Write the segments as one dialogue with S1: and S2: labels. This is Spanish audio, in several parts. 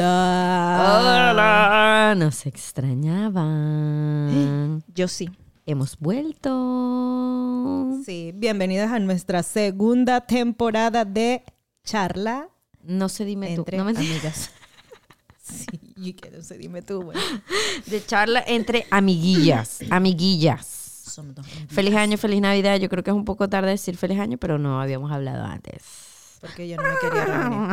S1: Hola. Ah.
S2: Hola. Ah, Nos extrañaban.
S1: Yo sí.
S2: Hemos vuelto.
S1: Sí, bienvenidos a nuestra segunda temporada de charla
S2: No sé, dime
S1: entre
S2: tú. No, mentira.
S1: amigas. Sí, y que no sé, dime tú, güey.
S2: de charla entre amiguillas. Amiguillas.
S1: Somos dos.
S2: Feliz año, feliz Navidad. Yo creo que es un poco tarde decir feliz año, pero no habíamos hablado antes.
S1: Porque yo no me quería reunir.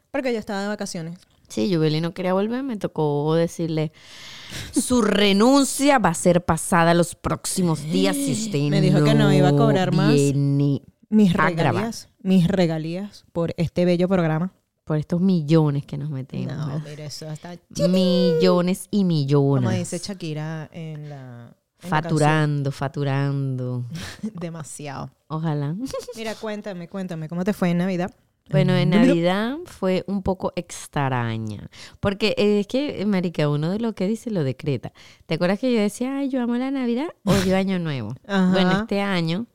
S1: Porque yo estaba de vacaciones.
S2: Sí, Yubeli no quería volver, me tocó decirle su renuncia va a ser pasada los próximos días si usted
S1: Me dijo que no iba a cobrar más.
S2: viene
S1: Mis
S2: a grabar.
S1: regalías. Mis regalías por este bello programa.
S2: por estos millones que nos metemos.
S1: No,
S2: ¿verdad?
S1: mira, eso hasta...
S2: Millones y
S1: Como
S2: millones.
S1: dice Shakira en la... en la
S2: Faturando, faturando.
S1: canción. Demasiado.
S2: Ojalá.
S1: Mira, cuéntame, cuéntame, ¿cómo te fue en Navidad?
S2: Bueno, en Navidad fue un poco extraña. Porque eh, es que, Marica, uno de lo que dice lo decreta. ¿Te acuerdas que yo decía, ay, yo amo la Navidad o yo Año Nuevo?
S1: Ajá.
S2: Bueno, este año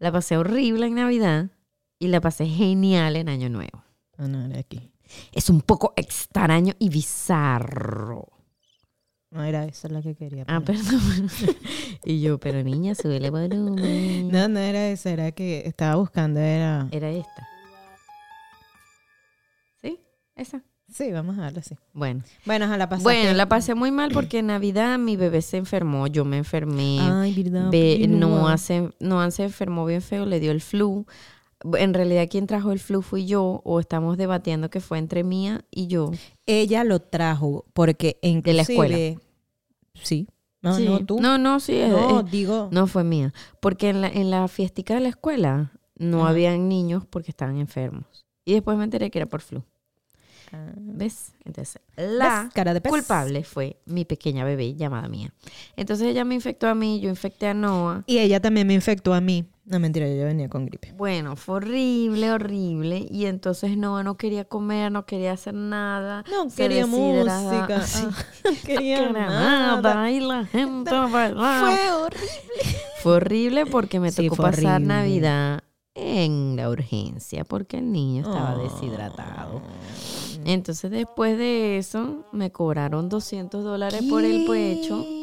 S2: la pasé horrible en Navidad y la pasé genial en Año Nuevo.
S1: Ah, no, era aquí.
S2: Es un poco extraño y bizarro.
S1: No era esa la que quería.
S2: Ah,
S1: poner.
S2: perdón. y yo, pero niña, sube el volumen.
S1: No, no era esa, era que estaba buscando, era...
S2: Era esta. ¿Sí? Esa.
S1: Sí, vamos a darle así.
S2: Bueno.
S1: Bueno, a la
S2: Bueno, la pasé muy mal porque en Navidad mi bebé se enfermó, yo me enfermé.
S1: Ay, verdad.
S2: Ve-
S1: prima.
S2: no hace, no se enfermó bien feo, le dio el flu. En realidad quien trajo el flu fui yo o estamos debatiendo que fue entre mía y yo.
S1: Ella lo trajo porque inclusive...
S2: la
S1: Sí. No,
S2: Sí.
S1: no, tú.
S2: No, no, sí. es-
S1: No,
S2: es-
S1: digo...
S2: no fue mía. Porque en la, en la fiestica de la escuela no
S1: Ajá.
S2: habían niños porque estaban enfermos. Y después me enteré que era por flu.
S1: Ah,
S2: ¿Ves? Entonces, la...
S1: ¿ves? cara de pez.
S2: culpable fue mi pequeña bebé llamada mía. Entonces ella me infectó a mí, yo infecté a Noah.
S1: Y ella también me infectó a mí. No, mentira, yo venía con gripe.
S2: Bueno, fue horrible, horrible. Y entonces Noah no quería comer, no quería hacer nada.
S1: No,
S2: se
S1: quería música.
S2: deshidrata- Sí,
S1: ah,
S2: no
S1: quería
S2: quería
S1: nada.
S2: nada. Y la gente bailaba.
S1: Fue horrible.
S2: Fue horrible porque me
S1: Sí,
S2: tocó
S1: fue
S2: pasar
S1: horrible.
S2: Navidad en la urgencia porque el niño estaba
S1: Oh.
S2: deshidratado. Entonces después de eso me cobraron 200 dólares por el pecho.
S1: ¡Eh!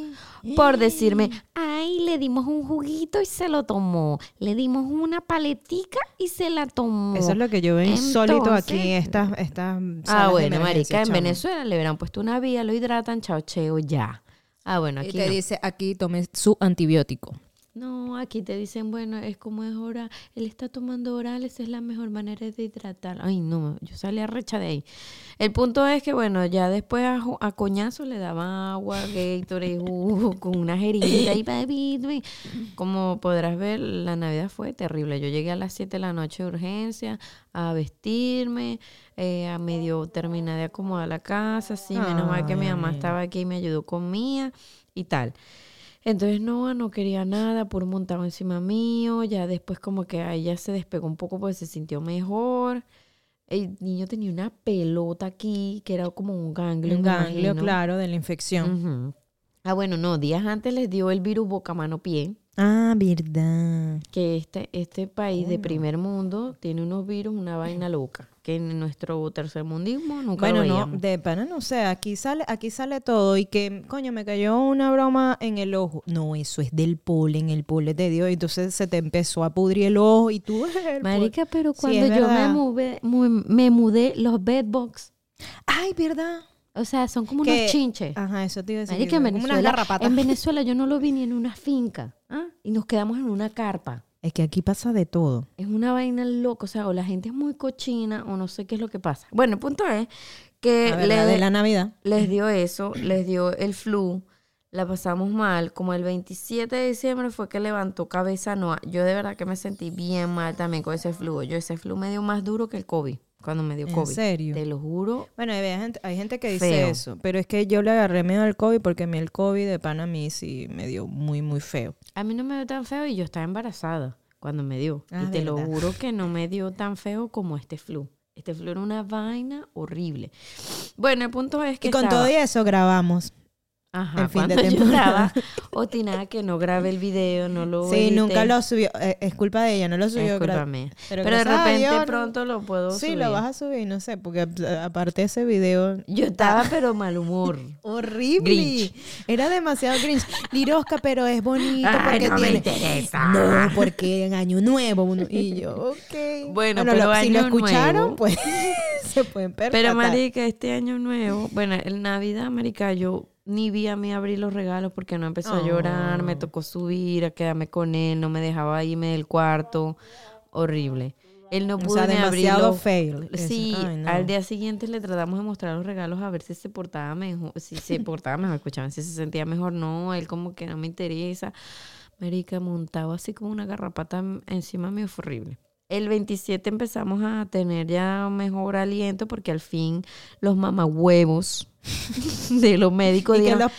S2: por decirme, ay, le dimos un juguito y se lo tomó, le dimos una paletica y se la tomó.
S1: Eso es lo que yo veo insólito aquí,
S2: Entonces-
S1: estas estas salas
S2: ah,
S1: de
S2: bueno,
S1: emergencia,
S2: marica, en
S1: chamo.
S2: Venezuela le hubieran puesto una vía, lo hidratan, chao, cheo, ya. Ah, bueno,
S1: Y
S2: aquí
S1: te
S2: no.
S1: dice, aquí tome su antibiótico.
S2: No, aquí te dicen, bueno, es como es oral, él está tomando orales, es la mejor manera de hidratar. Ay, no, yo salía recha de ahí. El punto es que, bueno, ya después a, jo- a coñazo le daba agua, Gatorade, jugo, con una jeringa y papito. y- Como podrás ver, la Navidad fue terrible. Yo llegué a las 7 de la noche de urgencia a vestirme, eh, a medio terminar de acomodar la casa, sí, menos mal que mi
S1: Ay,
S2: mamá estaba aquí y me ayudó con mía y tal. Entonces Noah no quería nada, por montado encima mío, ya después como que ahí ya se despegó un poco porque se sintió mejor. El niño tenía una pelota aquí que era como un ganglio.
S1: Un
S2: me
S1: ganglio,
S2: imagino. Mm.
S1: claro, de la infección.
S2: Ujú. Ah, bueno, no, días antes les dio el virus boca, mano, pie,
S1: Ah, verdad.
S2: que este, este país de primer mundo tiene unos virus, una vaina loca, que en nuestro tercer mundismo nunca lo
S1: Bueno, no,
S2: veíamos.
S1: de pana no sé, aquí sale, aquí sale todo y que, coño, me cayó una broma en el ojo. No, eso es del polen, el polen de Dios. Entonces se te empezó a pudrir el ojo y tú... el
S2: Marica, pero
S1: Sí,
S2: cuando
S1: es
S2: yo me
S1: verdad.
S2: mudé, mu- me mudé, los bedbugs,
S1: polen. Ay, verdad.
S2: o sea, son como
S1: Que-
S2: unos chinches.
S1: Ajá, eso te iba a decir.
S2: Marica, en
S1: como unas
S2: Venezuela,
S1: garrapatas.
S2: en Venezuela yo no lo vi ni en una finca. ¿ah? Y nos quedamos en una carpa.
S1: Es que aquí pasa de todo.
S2: Es una vaina loca. O sea, o la gente es muy cochina o no sé qué es lo que pasa. Bueno, el punto es que
S1: A ver, la
S2: Eh, le-
S1: de la Navidad.
S2: les dio eso, les dio el flu. La pasamos mal. Como el 27 de diciembre fue que levantó cabeza Noah. Yo de verdad que me sentí bien mal también con ese flu. Yo ese flu me dio más duro que el COVID. Cuando me dio
S1: ¿En
S2: COVID.
S1: serio?
S2: Te lo juro.
S1: Bueno, hay gente, hay gente que dice
S2: Feo.
S1: eso, pero es que yo le agarré miedo al COVID porque a mí el COVID de pan a mí sí me dio muy, muy feo.
S2: A mí no me dio tan feo y yo estaba embarazada cuando me dio.
S1: Ah,
S2: y te lo
S1: verdad.
S2: juro que no me dio tan feo como este flu. Este flu era una vaina horrible. Bueno, el punto es que
S1: y con
S2: estaba-
S1: todo y eso grabamos.
S2: Ajá,
S1: en fin
S2: cuando
S1: de temporada.
S2: yo estaba obstinada que no grabé el video, no lo
S1: Sí,
S2: edité.
S1: nunca lo subió. eh, es culpa de ella, no lo
S2: Es
S1: subió.
S2: culpa
S1: gra-
S2: mía.
S1: pero
S2: Pero, de
S1: gracias a
S2: repente
S1: Dios, no-
S2: pronto lo puedo
S1: Sí,
S2: subir.
S1: lo vas a subir, no sé, porque eh, aparte ese video
S2: Yo estaba pero mal humor.
S1: Horrible.
S2: Grinch.
S1: Era demasiado cringe. Lirosca, pero es bonito
S2: Ay,
S1: porque
S2: no me
S1: tiene.
S2: interesa.
S1: No, porque en año nuevo. uno- Y yo, ok.
S2: Bueno,
S1: lo-
S2: pero
S1: si lo
S2: Año
S1: escucharon,
S2: Nuevo.
S1: pues se pueden perder.
S2: Pero marica, este año nuevo, bueno, el Navidad, marica, yo ni vi a mí abrir los regalos porque no empezó a llorar,
S1: Oh.
S2: me tocó subir, a quedarme con él, no me dejaba irme del cuarto, horrible. Él no
S1: O
S2: pudo
S1: sea,
S2: ni
S1: demasiado
S2: abrirlo.
S1: fail. Ese-
S2: Sí,
S1: ay, no.
S2: al día siguiente le tratamos de mostrar los regalos a ver si se portaba mejor, si se portaba mejor, escuchaban, si se sentía mejor, no, él como que no me interesa. Marica, montaba así como una garrapata en- encima mío, fue horrible. El 27 empezamos a tener ya un mejor aliento porque al fin los mamahuevos de los médicos
S1: Y que
S2: dijeron,
S1: los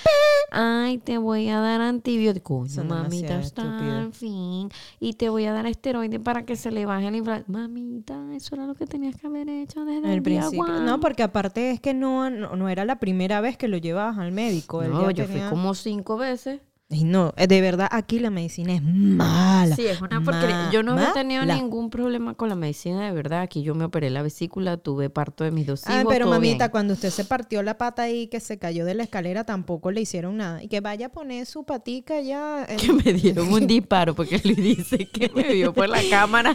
S2: ay, te voy a dar antibióticos,
S1: Son
S2: mamita,
S1: demasiado
S2: está
S1: estúpidos.
S2: al fin, y te voy a dar esteroide para que se le baje la inflamación. Mamita, eso era lo que tenías que haber hecho desde el,
S1: Al
S2: día
S1: principio.
S2: one".
S1: No, porque aparte es que no, no, no era la primera vez que lo llevabas al médico. él
S2: No,
S1: ya
S2: yo
S1: tenía-
S2: fui como cinco veces.
S1: Y no, eh, de verdad, aquí la medicina es mala.
S2: Sí, es una porquería. Yo no he tenido
S1: mala.
S2: ningún problema con la medicina, de verdad. Aquí yo me operé la vesícula, tuve parto de mis dos hijos.
S1: Ah, pero
S2: todo
S1: mamita,
S2: bien.
S1: cuando usted se partió la pata ahí, que se cayó de la escalera, tampoco le hicieron nada. Y que vaya a poner su patica ya. en-
S2: Que me dieron un disparo porque Luis dice que me vio por la cámara.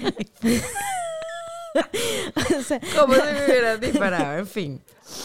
S1: o sea,
S2: Como si me hubieran disparado, en fin.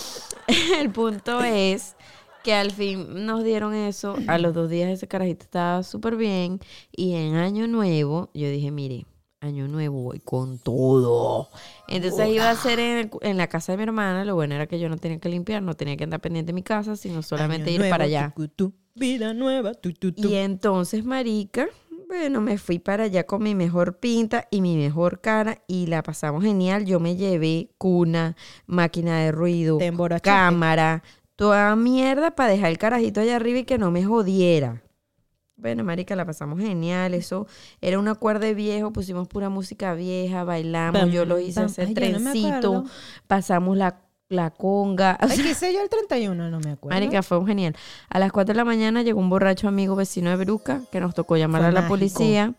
S2: El punto es que al fin nos dieron eso. A los dos días ese carajito estaba súper bien. Y en Año Nuevo, yo dije, mire, Año Nuevo voy con todo. Entonces iba a ser en, el cu- en la casa de mi hermana. Lo bueno era que yo no tenía que limpiar, no tenía que andar pendiente de mi casa, sino solamente
S1: año
S2: ir
S1: nuevo,
S2: para allá.
S1: tucu, tu, vida nueva. tu, tu, tu.
S2: Y entonces, marica, bueno, me fui para allá con mi mejor pinta y mi mejor cara y la pasamos genial. Yo me llevé cuna, máquina de ruido,
S1: Te emborrachaste.
S2: cámara, toda mierda para dejar el carajito allá arriba y que no me jodiera. Bueno, marica, la pasamos genial. Eso era un acuerde viejo, pusimos pura música vieja, bailamos,
S1: Pam,
S2: yo lo hice
S1: pam.
S2: hacer
S1: Ay, yo no me
S2: trencito,
S1: acuerdo.
S2: pasamos la, la conga. O
S1: Ay, ¿qué hice yo el 31? No me acuerdo.
S2: Marica, fue genial. A las 4 de la mañana llegó un borracho amigo vecino de Bruca que nos tocó llamar
S1: Fue
S2: a la
S1: mágico.
S2: policía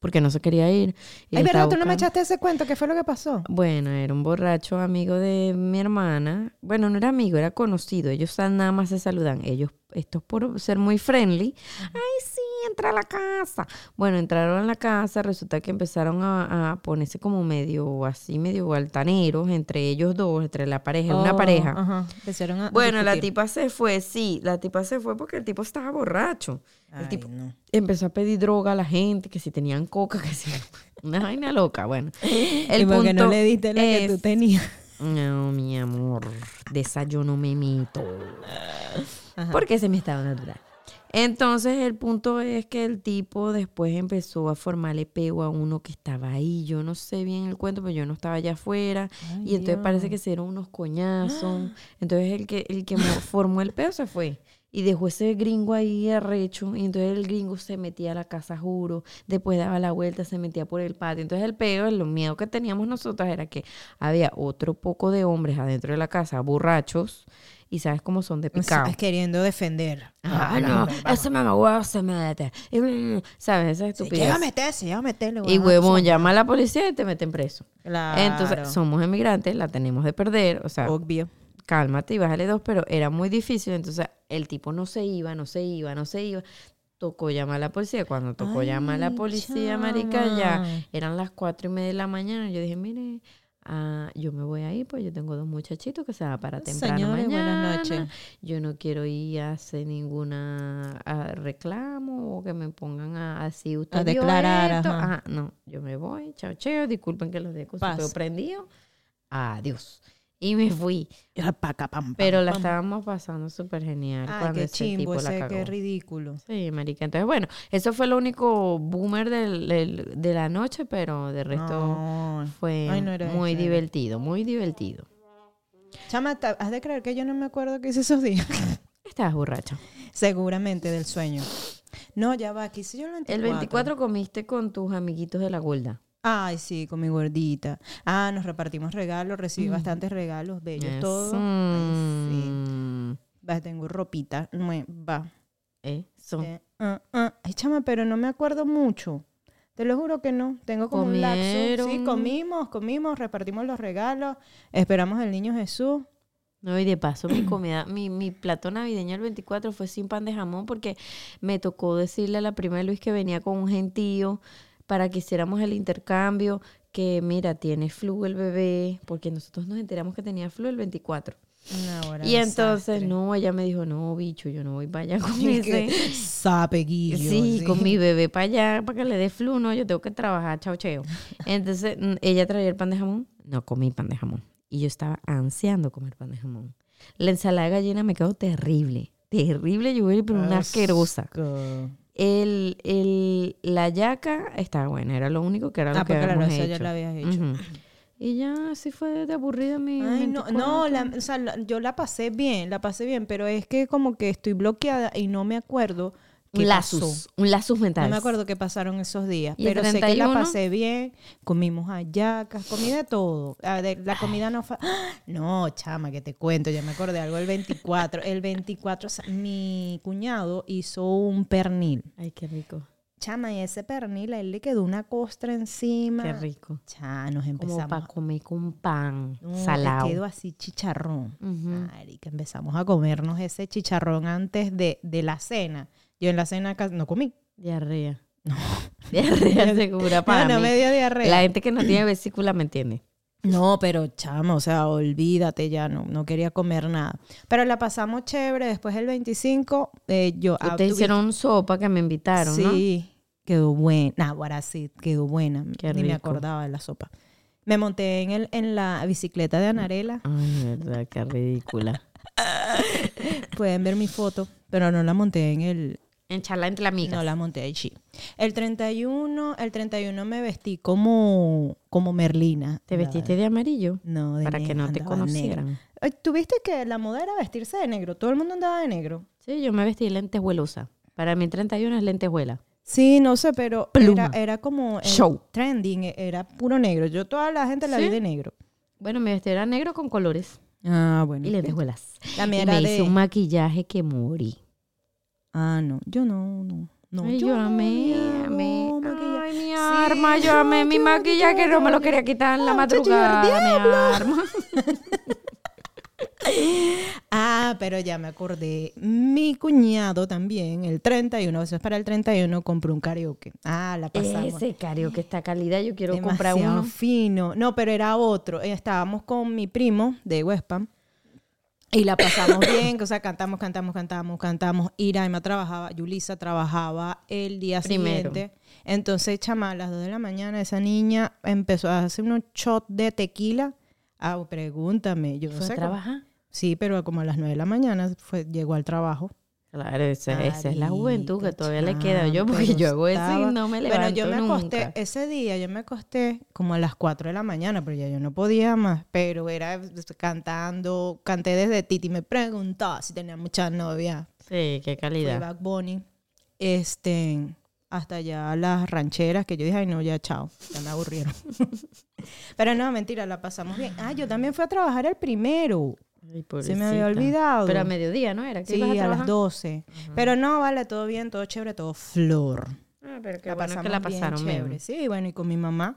S2: porque no se quería ir. Y
S1: Ay, ¿verdad?
S2: lo estaba
S1: Tú no me
S2: buscando.
S1: echaste ese cuento. ¿Qué fue lo que pasó?
S2: Bueno, era un borracho amigo de mi hermana. Bueno, no era amigo, era conocido. Ellos sa- nada más se saludan. Ellos, esto es por ser muy friendly. Ay, sí, entra a la casa. Bueno, entraron a la casa. Resulta que empezaron a, a ponerse como medio así, medio altaneros entre ellos dos, entre la pareja, una
S1: Oh,
S2: pareja.
S1: Ajá. Empezaron a. a
S2: Bueno, la
S1: discutir.
S2: tipa se fue, sí, la tipa se fue porque el tipo estaba borracho. El
S1: Ay,
S2: tipo
S1: no.
S2: empezó a pedir droga a la gente, que si tenían coca, que si una vaina loca, bueno. El
S1: y porque
S2: punto
S1: no le diste la que
S2: es-
S1: tú tenías.
S2: No, mi amor, de esa yo no me meto. Porque se me estaba natural. Entonces el punto es que el tipo después empezó a formarle pego a uno que estaba ahí. Yo no sé bien el cuento, pero yo no estaba allá afuera.
S1: Ay,
S2: y entonces
S1: Dios.
S2: parece que se dieron unos coñazos. Entonces el que, el que mo- formó el peo se fue. Y dejó ese gringo ahí arrecho. Y entonces el gringo se metía a la casa, juro. Después daba la vuelta, se metía por el patio. Entonces el peo, el miedo que teníamos nosotras era que había otro poco de hombres adentro de la casa, borrachos. Y sabes cómo son de
S1: O sea,
S2: picado.
S1: es queriendo defender.
S2: Ah, no, ese mamagüeo se mete. Y, mm, ¿Sabes? Esa
S1: Sí,
S2: estupidez.
S1: Llega a meterse, llega a meterlo.
S2: y huevón, llama a la policía y te meten preso.
S1: Claro.
S2: Entonces, somos emigrantes, la tenemos de perder. O sea,
S1: Obvio.
S2: cálmate y bájale dos, pero era muy difícil. Entonces, el tipo no se iba, no se iba, no se iba. Tocó llamar a la policía. Cuando tocó
S1: Ay,
S2: llamar a la policía, marica,
S1: chama.
S2: ya eran las cuatro y media de la mañana. Yo dije, mire, ah, yo me voy a ir, pues yo tengo dos muchachitos que se van para temprano
S1: Señores, buenas
S2: mañana.
S1: noches.
S2: Yo no quiero ir a hacer ninguna ah, reclamo o que me pongan a así usted
S1: A
S2: vio
S1: declarar,
S2: esto".
S1: ajá.
S2: Ajá, no, yo me voy, chao, cheo, disculpen que los dejo con su
S1: Pasa.
S2: peo prendido. Adiós. Y me fui.
S1: Era paca, pam, pam,
S2: Pero la
S1: pam.
S2: estábamos pasando súper genial
S1: Ay,
S2: cuando
S1: qué
S2: ese
S1: chimbo
S2: tipo la
S1: ese,
S2: cagó.
S1: qué ridículo.
S2: Sí, marica. Entonces, bueno, eso fue lo único boomer del- del- de la noche, pero de resto
S1: No.
S2: fue
S1: Ay, no era
S2: muy
S1: ese.
S2: divertido, muy divertido.
S1: Chama, ta- has de creer que yo no me acuerdo qué hice esos días.
S2: Estabas borracha.
S1: Seguramente del sueño. No, ya va, aquí hice yo el 24.
S2: El 24 comiste con tus amiguitos de la gorda.
S1: Ay, sí, con mi gordita. Ah, Mm. nos repartimos regalos, recibí bastantes regalos bellos,
S2: Eso.
S1: todo. Ay, sí. Va, tengo ropita nueva.
S2: ¿Eh? Son.
S1: Eh, ah, ah. Ay, chama, pero no me acuerdo mucho. Te lo juro que no. Tengo como un lapso. Sí,
S2: Comieron.
S1: comimos, comimos, repartimos los regalos, esperamos al niño Jesús.
S2: No, y de paso, mi comida, mi, mi plato navideño el 24 fue sin pan de jamón porque me tocó decirle a la prima de Luis que venía con un gentío para que hiciéramos el intercambio, que mira, tiene flu el bebé, porque nosotros nos enteramos que tenía flu el 24.
S1: No, ahora
S2: Y entonces,
S1: desastre.
S2: no, ella me dijo, no, bicho, yo no voy para allá con
S1: Y que,
S2: ese.
S1: Sape guillo,
S2: Sí, con mi bebé para allá, para que le dé flu, no, yo tengo que trabajar, chao, cheo. Entonces, mm, ella traía el pan de jamón, no comí pan de jamón. Y yo estaba ansiando comer pan de jamón. La ensalada de gallina me quedó terrible, terrible, yo voy pero
S1: Ah,
S2: una asquerosa.
S1: Asco.
S2: El, el, la yaca estaba buena, era lo único que era lo
S1: Ah,
S2: que
S1: porque claro,
S2: habíamos
S1: esa ya
S2: hecho.
S1: la habías hecho.
S2: Ujú. Y ya así fue de aburrida mi
S1: Ay, no,
S2: 24.
S1: no la- o sea, la- yo la pasé bien, la pasé bien, pero es que como que estoy bloqueada y no me acuerdo qué
S2: un
S1: pasó.
S2: lazus, un lazus mental.
S1: No me acuerdo qué pasaron esos días,
S2: ¿Y el
S1: pero sé que la
S2: 31?
S1: pasé bien, comimos hallacas, comí de todo. A ver, la comida no fa- ¡Ah! No, chama, que te cuento, ya me acordé algo el 24. El 24, o sea, mi cuñado hizo un pernil.
S2: Ay, qué rico,
S1: Chama, y ese pernil, a él le quedó una costra encima.
S2: qué rico.
S1: Cha, nos
S2: Como
S1: Ah, empezamos.
S2: para comer con pan
S1: No, le
S2: salado.
S1: quedó así chicharrón.
S2: Ujú.
S1: Marica, empezamos a comernos ese chicharrón antes de, de la cena. Yo en la cena casi no comí.
S2: Diarrea. Diarrea segura para
S1: no, no
S2: mí.
S1: me dio diarrea.
S2: La gente que no tiene vesícula me entiende.
S1: No, pero chama, o sea, olvídate ya, no, no quería comer nada. Pero la pasamos chévere. Después del 25, eh, yo... ah,
S2: Ustedes
S1: tuvi-
S2: hicieron sopa que me invitaron, ¿no?
S1: Sí, quedó buena. Ahora sí, quedó buena.
S2: Qué
S1: Ni me
S2: rico.
S1: acordaba de la sopa. Me monté en, el, en la bicicleta de Anarela.
S2: Ay, verdad, qué ridícula.
S1: Pueden ver mi foto, pero no la monté en el...
S2: En charla entre amigas.
S1: No la monté allí. El 31, el 31 me vestí como, como Merlina.
S2: ¿Te
S1: La-
S2: vestiste de amarillo?
S1: No, de
S2: Para que
S1: negro,
S2: no te
S1: andaba negra.
S2: conocieran.
S1: Ay, Tuviste que la moda era vestirse de negro. Todo el mundo andaba de negro.
S2: Sí, yo me vestí de lentejuelosa. Para mí 31 es lentejuela.
S1: Sí, no sé, pero
S2: Pluma.
S1: era, era como eh,
S2: Show.
S1: trending, eh, era puro negro. Yo toda la gente la vi
S2: ¿Sí?
S1: de negro.
S2: Bueno, me vestí era negro con colores
S1: Ah, bueno.
S2: y lentejuelas.
S1: La
S2: Y
S1: mía era
S2: me
S1: de...
S2: hice un maquillaje que morí.
S1: Ah, no, yo no, no. No,
S2: Ay, yo,
S1: no,
S2: amé,
S1: mi
S2: amé.
S1: amor, maquillaje.
S2: Ay, mi
S1: Sí,
S2: arma, yo amé
S1: ay,
S2: mi
S1: yo,
S2: maquillaje,
S1: yo,
S2: no me
S1: yo,
S2: lo
S1: yo.
S2: quería quitar en la
S1: Ah, muchacho, yo,
S2: madrugada, mi arma.
S1: Ah, pero ya me acordé. Mi cuñado también, el 31, eso es para el 31, compró un karaoke. Ah, la pasamos.
S2: Ese karaoke está calidad, yo quiero comprar
S1: Demasiado
S2: uno.
S1: fino. No, pero era otro. Eh, Estábamos con mi primo de Westpam y la pasamos bien. O sea, cantamos, cantamos, cantamos, cantamos. Iraima trabajaba, Yulisa trabajaba el día
S2: Primero.
S1: siguiente. Entonces, chama, a las 2 de la mañana esa niña empezó a hacer unos shot de tequila. Ah, pregúntame. Yo no
S2: ¿Fue
S1: sé
S2: a
S1: cómo-
S2: trabajar?
S1: Sí, pero como a las 9 de la mañana fue, llegó al trabajo.
S2: Claro, esa, esa es la
S1: Marica,
S2: juventud que todavía le queda.
S1: chamo,
S2: Yo, porque
S1: pero
S2: yo hago eso
S1: estaba-
S2: y no me
S1: Bueno,
S2: levanto
S1: yo me acosté,
S2: nunca.
S1: ese día yo me acosté como a las 4 de la mañana, pero ya yo no podía más. Pero era pues, cantando, canté desde Titi, me preguntaba si tenía muchas novias.
S2: Sí, qué
S1: Fue
S2: calidad.
S1: Bad Bunny. Este, hasta ya las rancheras que yo dije, ay no, ya chao, ya me aburrieron. pero no, mentira, la pasamos bien. Ah, yo también fui a trabajar el primero.
S2: Ay,
S1: Se me había
S2: pobrecita.
S1: olvidado.
S2: Pero a mediodía, ¿no era? que
S1: Sí,
S2: ibas
S1: a, las
S2: trabajar?
S1: 12. Pero no, vale, todo bien, todo chévere, todo flor.
S2: Ah, pero qué
S1: la
S2: bueno
S1: pasamos
S2: que la
S1: bien
S2: pasaron bien.
S1: chévere. Sí, bueno, y con mi mamá,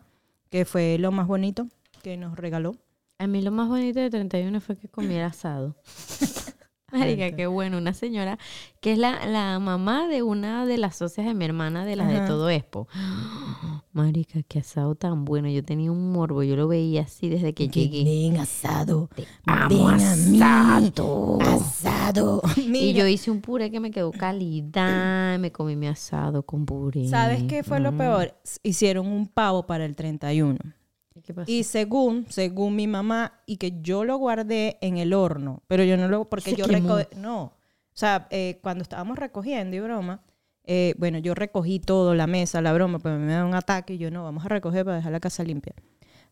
S1: que fue lo más bonito que nos regaló.
S2: A mí lo más bonito de 31 fue que comí el asado. Marica, qué bueno. Una señora que es la, la mamá de una de las socias de mi hermana, de las
S1: Ajá.
S2: de Todo Expo. Marica, qué asado tan bueno. Yo tenía un morbo, yo lo veía así desde que llegué.
S1: Bien asado.
S2: amo asado.
S1: Asado.
S2: Y
S1: Mira,
S2: yo hice un puré que me quedó calidad. Me comí mi asado con puré.
S1: ¿sabes qué fue lo
S2: Mm.
S1: peor? S- Hicieron un pavo para el 31.
S2: ¿Y qué pasó?
S1: Y según, según mi mamá, y que yo lo guardé en el horno, pero yo no lo, porque
S2: Se
S1: yo
S2: quemó.
S1: recogí, no, o sea, eh, cuando estábamos recogiendo y broma, eh, bueno, yo recogí todo, la mesa, la broma, pero me da un ataque y yo no, vamos a recoger para dejar la casa limpia.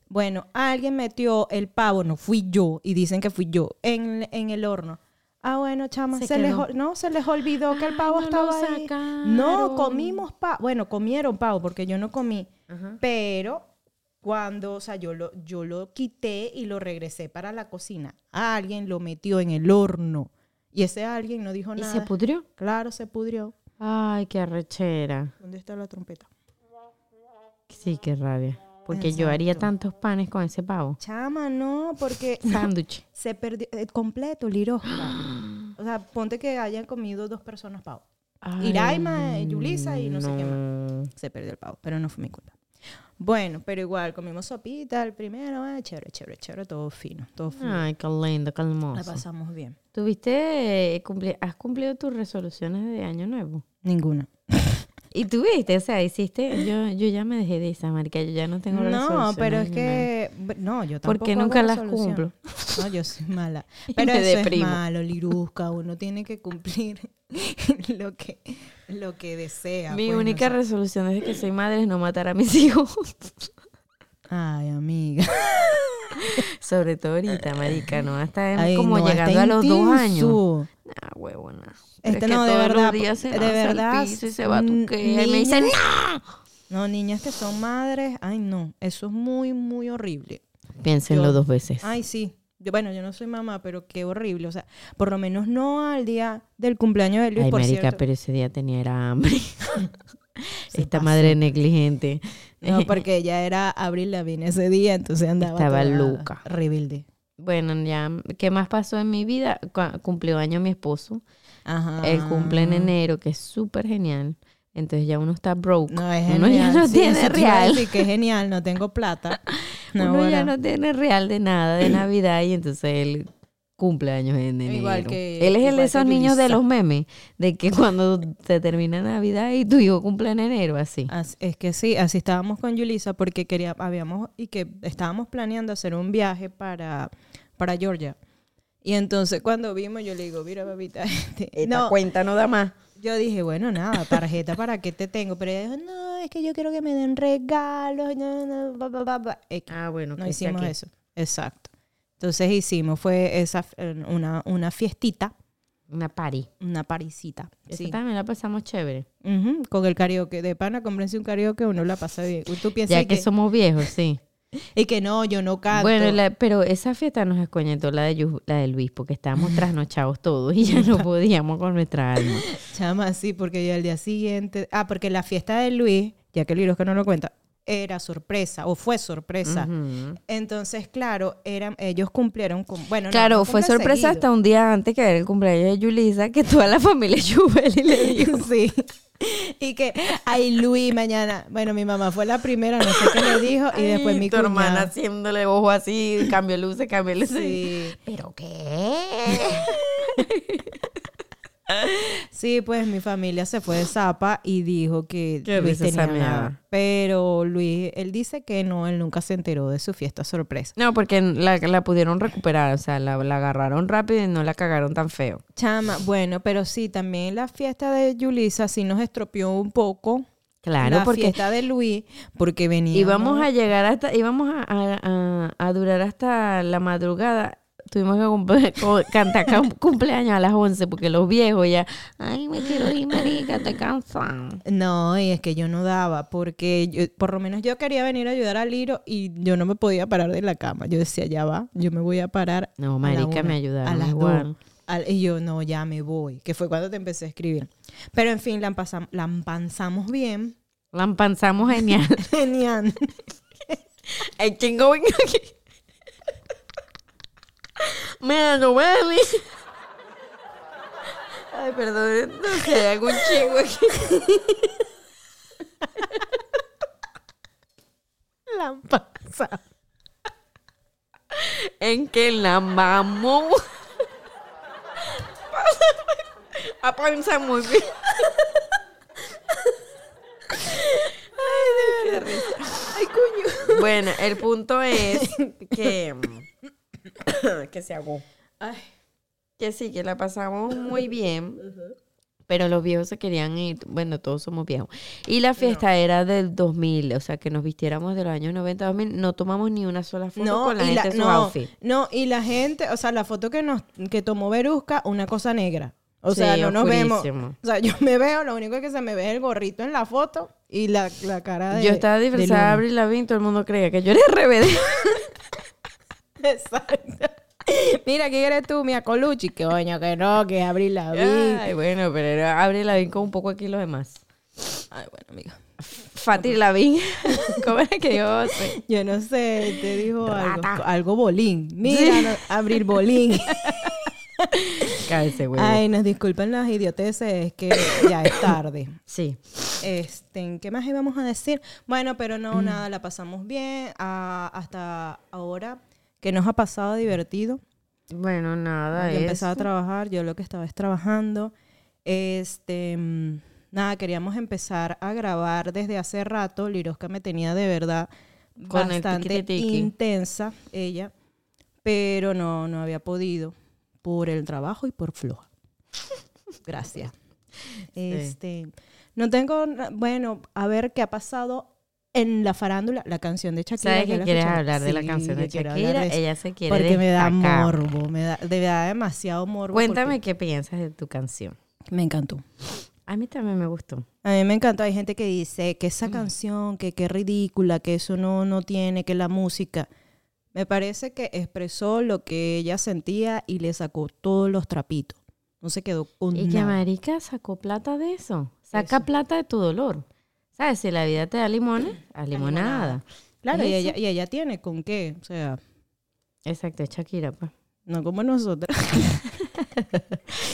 S1: Bueno, alguien metió el pavo, no fui yo, y dicen que fui yo, en, en el horno. Ah, bueno, chama, se,
S2: Se
S1: les,
S2: quedó.
S1: ol- no, se les olvidó que el
S2: Ay,
S1: pavo
S2: no lo
S1: estaba ahí. No,
S2: sacaron.
S1: comimos pavo, bueno, comieron pavo porque yo no comí.
S2: Ajá.
S1: Pero cuando, o sea, yo lo, yo lo quité y lo regresé para la cocina. Alguien lo metió en el horno Y ese alguien no dijo
S2: ¿Y
S1: nada.
S2: se pudrió?
S1: Claro, se pudrió.
S2: Ay, qué arrechera.
S1: ¿Dónde está la trompeta?
S2: Sí, qué rabia. Porque yo haría tantos panes con ese pavo.
S1: Chama, no, porque
S2: Sándwich.
S1: se perdió eh, completo, Lirosca. o sea, ponte que hayan comido dos personas pavo.
S2: Ay,
S1: Iraima, eh, Yulisa y no sé qué más.
S2: no.
S1: se perdió el pavo, pero no fue mi culpa. Bueno, pero igual, comimos sopita el primero, eh, chévere, chévere, chévere, todo fino, todo fino.
S2: Ay, qué lindo, qué
S1: La
S2: hermoso.
S1: pasamos bien.
S2: ¿Tuviste, eh, cumple- has cumplido tus resoluciones de año nuevo?
S1: Ninguna.
S2: Y tuviste, o sea, hiciste, yo, yo ya me dejé de esa marica, yo ya no tengo
S1: No,
S2: resoluciones
S1: pero es
S2: de nada.
S1: que, b- no, yo tampoco.
S2: ¿Por qué
S1: hago
S2: nunca las
S1: resolución.
S2: cumplo?
S1: No, yo soy mala.
S2: Y
S1: Pero
S2: me
S1: eso
S2: deprimo.
S1: es malo, Lirusca, uno tiene que cumplir lo que, lo que desea.
S2: Mi
S1: pues, no
S2: única
S1: sé.
S2: resolución desde que soy madre es no matar a mis hijos.
S1: Ay, amiga.
S2: Sobre todo ahorita, marica, ¿no? Hasta en-
S1: Ay,
S2: como
S1: no,
S2: llegando
S1: está
S2: a los dos años.
S1: intenso.
S2: Ah, huevona. Pero
S1: Este
S2: es que
S1: no, de
S2: todos los
S1: verdad.
S2: días se
S1: de
S2: lanza al
S1: verdad.
S2: piso y se va a
S1: mm,
S2: tuquear y me dice,
S1: niñas-
S2: ¡no!
S1: No, niñas que son madres, ay no, eso es muy, muy horrible.
S2: Piénsenlo
S1: Yo-
S2: dos veces.
S1: Ay, sí. Yo, bueno, yo no soy mamá, pero qué horrible. O sea, por lo menos no al día del cumpleaños de Luis,
S2: Ay,
S1: por
S2: marica,
S1: cierto.
S2: pero ese día tenía era hambre.
S1: Se
S2: Esta
S1: pasó.
S2: madre negligente.
S1: No, porque ella era Abril Lavigne ese día, entonces andaba
S2: Estaba
S1: toda
S2: loca.
S1: Rebelde.
S2: Bueno, ya, ¿qué más pasó en mi vida? Cu- Cumplió año mi esposo.
S1: Ajá.
S2: Él cumple en enero, que es súper genial. Entonces ya uno está broke.
S1: No, es
S2: uno
S1: genial.
S2: ya no
S1: Sí,
S2: tiene
S1: eso te iba a
S2: real.
S1: decir que es genial, no tengo plata. No,
S2: uno ya
S1: bueno.
S2: no tiene real de nada de Navidad y entonces él cumple años en enero.
S1: Igual que-
S2: él es el
S1: igual
S2: de
S1: que
S2: esos niños de
S1: Yulisa.
S2: los memes, de que cuando se termina Navidad y tu hijo cumple en enero, así.
S1: As- es que sí, así estábamos con Yulisa porque quería, habíamos, y que estábamos planeando hacer un viaje para, para Georgia. Y entonces cuando vimos, yo le digo, mira, papita, este, no,
S2: cuenta no da más.
S1: yo dije, bueno, nada, tarjeta, ¿para qué te tengo? Pero ella dijo, no, es que yo quiero que me den regalos, no, no, bla, bla, bla, bla". X.
S2: Ah, bueno,
S1: no
S2: que sea
S1: hicimos
S2: aquí.
S1: eso. Exacto. Entonces hicimos, fue esa, f- eh, una, una fiestita,
S2: Una party.
S1: una parisita.
S2: Eso
S1: sí.
S2: también la pasamos chévere.
S1: Ujú, Con el karaoke. De pana, cómprense un karaoke, uno la pasa bien. Tú piensas
S2: Ya que, somos viejos, sí.
S1: Y que no, yo no canto.
S2: Bueno, la- pero esa fiesta nos escoñetó la de, Yu- la de Luis, porque estábamos trasnochados todos y ya no podíamos con nuestra alma.
S1: Chama, sí, porque ya el día siguiente. Ah, porque la fiesta de Luis, ya que Luis que no lo cuenta, era sorpresa o fue sorpresa.
S2: Ujú.
S1: Entonces, claro, eran, ellos cumplieron con. Bueno, no,
S2: Claro,
S1: no
S2: fue
S1: cumplen
S2: sorpresa
S1: seguido.
S2: hasta un día antes que era el cumpleaños de Yulisa, que toda la familia Yubeli le dijo.
S1: Sí. Y que, ay, Luis, mañana. Bueno, mi mamá fue la primera, no sé qué le dijo, y después mi
S2: tu hermana
S1: cuñada.
S2: haciéndole ojo así, cambio luces, cambio luces.
S1: Sí.
S2: ¿Pero qué?
S1: Sí, pues mi familia se fue de Zapa y dijo que
S2: Qué
S1: Luis
S2: risa esa
S1: tenía
S2: mierda.
S1: nada. Pero Luis, él dice que no, él nunca se enteró de su fiesta sorpresa.
S2: No, porque la, la pudieron recuperar, o sea, la, la agarraron rápido y no la cagaron tan feo.
S1: Chama, bueno, pero sí, también la fiesta de Yulisa sí nos estropeó un poco.
S2: Claro,
S1: la
S2: porque
S1: fiesta de Luis, porque venía.
S2: íbamos a llegar hasta, íbamos a, a- a- a durar hasta la madrugada. Tuvimos que cumple- co- cantar cum- cumpleaños a las 11 porque los viejos ya, ay, me quiero ir, marica, estoy cansado.
S1: No, y es que yo no daba, porque yo- por lo menos yo quería venir a ayudar a Liro y yo no me podía parar de la cama. Yo decía, ya va, yo me voy a parar.
S2: No,
S1: a la
S2: marica, me
S1: una,
S2: ayudaron
S1: A las
S2: igual.
S1: dos. al- y yo, no, ya me voy, que fue cuando te empecé a escribir. Pero en fin, la, empasam- la empanzamos bien.
S2: La empanzamos genial.
S1: Genial.
S2: El chingo venga aquí. Mira, Giovanni. Ay, perdón, no sé, hay algún chingo aquí.
S1: la empanzamos.
S2: En que la mamó. A pensar muy bien. Ay, de verdad.
S1: Ay, coño.
S2: Bueno, el punto es que, que se ahogó.
S1: Ay.
S2: Que sí, que la pasamos muy bien. Pero los viejos se querían ir. Bueno, todos somos viejos. Y la fiesta era del 2000, o sea, que nos vistiéramos de los años 90 2000. No tomamos ni una sola foto
S1: No,
S2: con la
S1: y
S2: gente
S1: la,
S2: en su
S1: no,
S2: outfit.
S1: no, y la gente, o sea, la foto que nos que tomó Verusca, una cosa negra. O sea,
S2: Sí,
S1: no nos vemos.
S2: oscurísimo.
S1: O sea, yo me veo, lo único que se me ve es el gorrito en la foto y la, la cara de.
S2: Yo estaba
S1: de
S2: disfrazada de
S1: Luna.
S2: Abril Lavigne, todo el mundo creía que yo era RBD.
S1: Exacto. Mira, ¿quién eres tú? Mia Colucci. Que coño, que no, que Abril la
S2: Ay, bueno, pero era Abril Lavín con un poco aquí los demás.
S1: Ay, bueno, amiga.
S2: Fatih Lavín. ¿Cómo era que yo soy?
S1: Yo no sé, te dijo algo.
S2: Rata.
S1: Algo bolín. Mira, no- Abril Bolín.
S2: Cállese, güey.
S1: Ay, nos disculpen las idioteces, es que ya es tarde.
S2: Sí.
S1: Este, ¿qué más íbamos a decir? Bueno, pero no, nada, la pasamos bien ah, hasta ahora. que nos ha pasado divertido?
S2: Bueno, nada,
S1: Yo
S2: es...
S1: empezaba a trabajar, yo lo que estaba es trabajando. Este, mm, nada, queríamos empezar a grabar desde hace rato. Lirosca me tenía de verdad
S2: Con el
S1: bastante
S2: tiquitiqui.
S1: intensa ella, pero no, no había podido por el trabajo y por floja. Gracias. Este, no tengo, na- bueno, a ver qué ha pasado en la farándula, la canción de Shakira.
S2: ¿Sabes
S1: ya
S2: que
S1: la
S2: quieres
S1: escucharon?
S2: hablar de la
S1: Sí,
S2: canción de
S1: yo quiero hablar de
S2: Shakira?
S1: eso.
S2: Ella se quiere
S1: Porque me da
S2: destacar.
S1: morbo, me da, de- me da demasiado morbo.
S2: Cuéntame qué piensas de tu canción.
S1: porque Me encantó.
S2: A mí también me gustó.
S1: A mí me encantó. Hay gente que dice que esa canción, que qué ridícula, que eso no, no tiene, que la música. Me parece que expresó lo que ella sentía y le sacó todos los trapitos. Oh, No se quedó con
S2: Y que
S1: nada.
S2: marica sacó plata de eso. Saca
S1: Eso.
S2: plata de tu dolor. ¿Sabes? Si la vida te da limones, a limonada.
S1: Claro, y
S2: Eso.
S1: ella, y ella tiene con qué. O sea,
S2: Exacto, es Shakira, pues.
S1: no como nosotras.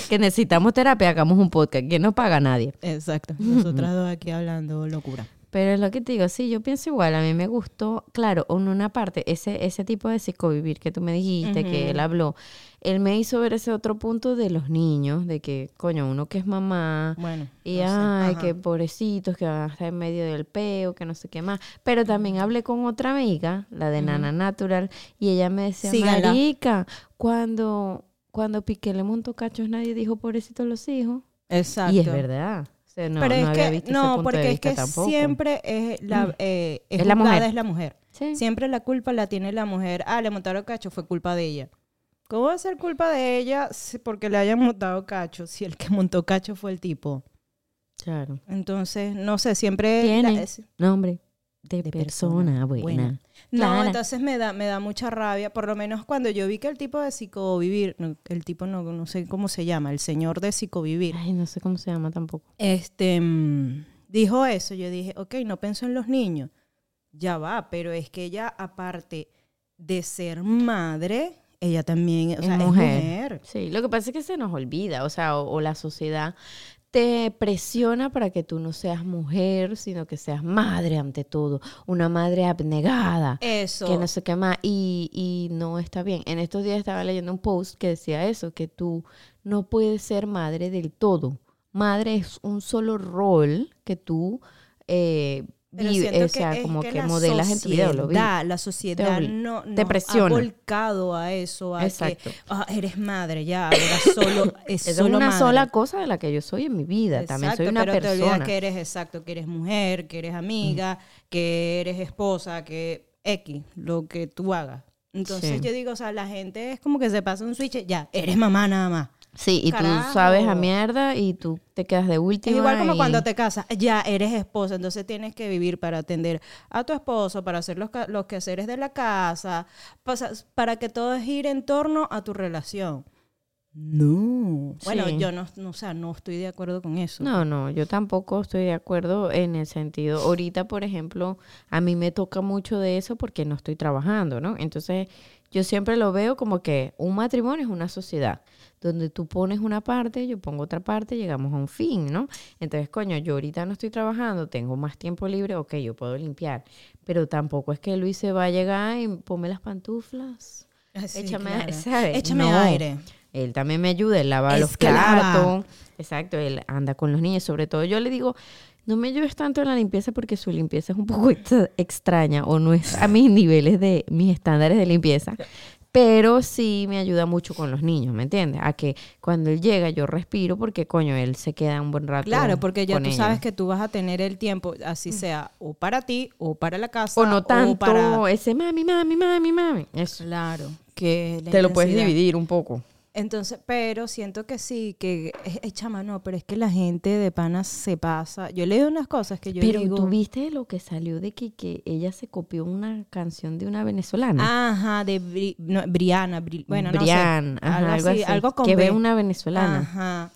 S2: Que necesitamos terapia, hagamos un podcast. Que no paga nadie.
S1: Exacto. Nosotras dos aquí hablando locura.
S2: Pero es lo que te digo, sí, yo pienso igual, a mí me gustó, claro, en una parte, ese, ese tipo de psicovivir que tú me dijiste, que él habló, él me hizo ver ese otro punto de los niños, de que, coño, uno que es mamá,
S1: Bueno. no
S2: y
S1: sé.
S2: ay,
S1: Ajá.
S2: que pobrecitos, que van a estar en medio del peo, que no sé qué más. Pero también hablé con otra amiga, la de Nana Natural, y ella me decía,
S1: Síganla.
S2: marica, cuando, cuando Piqué le montó cachos, nadie dijo, pobrecitos los hijos.
S1: Exacto.
S2: Y es verdad. O sea, no,
S1: pero
S2: no
S1: es
S2: había
S1: que
S2: visto ese
S1: no
S2: punto de
S1: porque es
S2: vista
S1: que
S2: tampoco. Mm.
S1: siempre es la eh, es,
S2: Es la
S1: juzgada,
S2: mujer.
S1: es la mujer
S2: Sí.
S1: siempre la culpa la tiene la mujer ah le montaron cacho fue culpa de ella cómo va a ser culpa de ella si- porque le hayan montado cacho si el que montó cacho fue el tipo
S2: Claro.
S1: entonces no sé siempre
S2: Tiene
S1: la- es-
S2: nombre de,
S1: de
S2: persona, buena.
S1: no
S2: Clara.
S1: entonces me da me da mucha rabia por lo menos cuando yo vi que el tipo de psicovivir no, el tipo no no sé cómo se llama el señor de psicovivir
S2: Ay, no sé cómo se llama tampoco.
S1: este, mm, dijo eso, yo dije, ok, no pensó en los niños. Ya va, pero es que ella, aparte de ser madre, ella también, o sea, es mujer.
S2: Sí, lo que pasa es que se nos olvida, o sea, o, o la sociedad te presiona para que tú no seas mujer, sino que seas madre ante todo, una madre abnegada.
S1: Eso.
S2: Que no sé qué más, y, y no está bien. En estos días estaba leyendo un post que decía eso, que tú no puedes ser madre del todo. Madre es un solo rol que tú eh,
S1: Pero
S2: vives,
S1: siento
S2: o sea,
S1: es
S2: como que,
S1: la
S2: modelas en tu vida. o Lo vives.
S1: sociedad, La sociedad
S2: Te obli-
S1: no,
S2: te
S1: nos
S2: presiona.
S1: ha volcado a eso, a
S2: Exacto.
S1: que ah, eres madre, ya, ahora solo, es
S2: Es
S1: solo
S2: una
S1: madre.
S2: sola cosa de la que yo soy en mi vida. También soy
S1: Exacto,
S2: una
S1: pero te olvidas
S2: persona.
S1: que eres exacto, que eres mujer, que eres amiga, que eres esposa, que X, lo que tú hagas. Entonces
S2: Sí.
S1: yo digo, o sea, la gente es como que se pasa un switch, ya, eres mamá nada más.
S2: Sí, y
S1: Carajo.
S2: tú sabes a mierda y tú te quedas de última.
S1: Es igual como
S2: y-
S1: cuando te casas, ya eres esposa, entonces tienes que vivir para atender a tu esposo, para hacer los, ca- los quehaceres de la casa, pasa- para que todo gire en torno a tu relación. No. Bueno,
S2: Sí.
S1: yo no, no, o sea, no estoy de acuerdo con eso.
S2: No, no, yo tampoco estoy de acuerdo en el sentido. Ahorita, por ejemplo, a mí me toca mucho de eso porque no estoy trabajando, ¿no? Entonces, yo siempre lo veo como que un matrimonio es una sociedad donde tú pones una parte, yo pongo otra parte, llegamos a un fin, ¿no? Entonces, coño, yo ahorita no estoy trabajando, tengo más tiempo libre, ok, yo puedo limpiar, pero tampoco es que Luis se va a llegar y ponme las pantuflas.
S1: Ah, sí,
S2: Échame,
S1: claro.
S2: ¿sabes?
S1: Échame
S2: No.
S1: aire.
S2: Él también me ayuda, él lava
S1: Es
S2: los
S1: que lava.
S2: platos. Exacto, él anda con los niños. Sobre todo yo le digo, no me ayudes tanto en la limpieza porque su limpieza es un poco extra- extraña o no es a mis niveles de mis estándares de limpieza. Pero sí me ayuda mucho con los niños, ¿me entiendes? A que cuando él llega yo respiro porque, coño, él se queda un buen rato.
S1: Claro, porque ya
S2: con
S1: tú
S2: ellos.
S1: sabes que tú vas a tener el tiempo, así sea, o para ti, o para la casa,
S2: Mm. O no tanto
S1: para...
S2: ese mami, mami, mami, mami. Eso.
S1: Claro, que la
S2: Te lo puedes
S1: intensidad-
S2: dividir un poco.
S1: Entonces, pero siento que sí, que es, es chama, no, pero es que la gente de panas se pasa. Yo he leído unas cosas que yo
S2: Pero
S1: digo.
S2: tú viste lo que salió de que, que ella se copió una canción de una venezolana.
S1: Ajá, de Bri- no, Briana, Bri- Ah, bueno,
S2: Brian,
S1: no sé,
S2: ajá, algo, así,
S1: algo con
S2: que
S1: B.
S2: ve una venezolana.
S1: Ajá.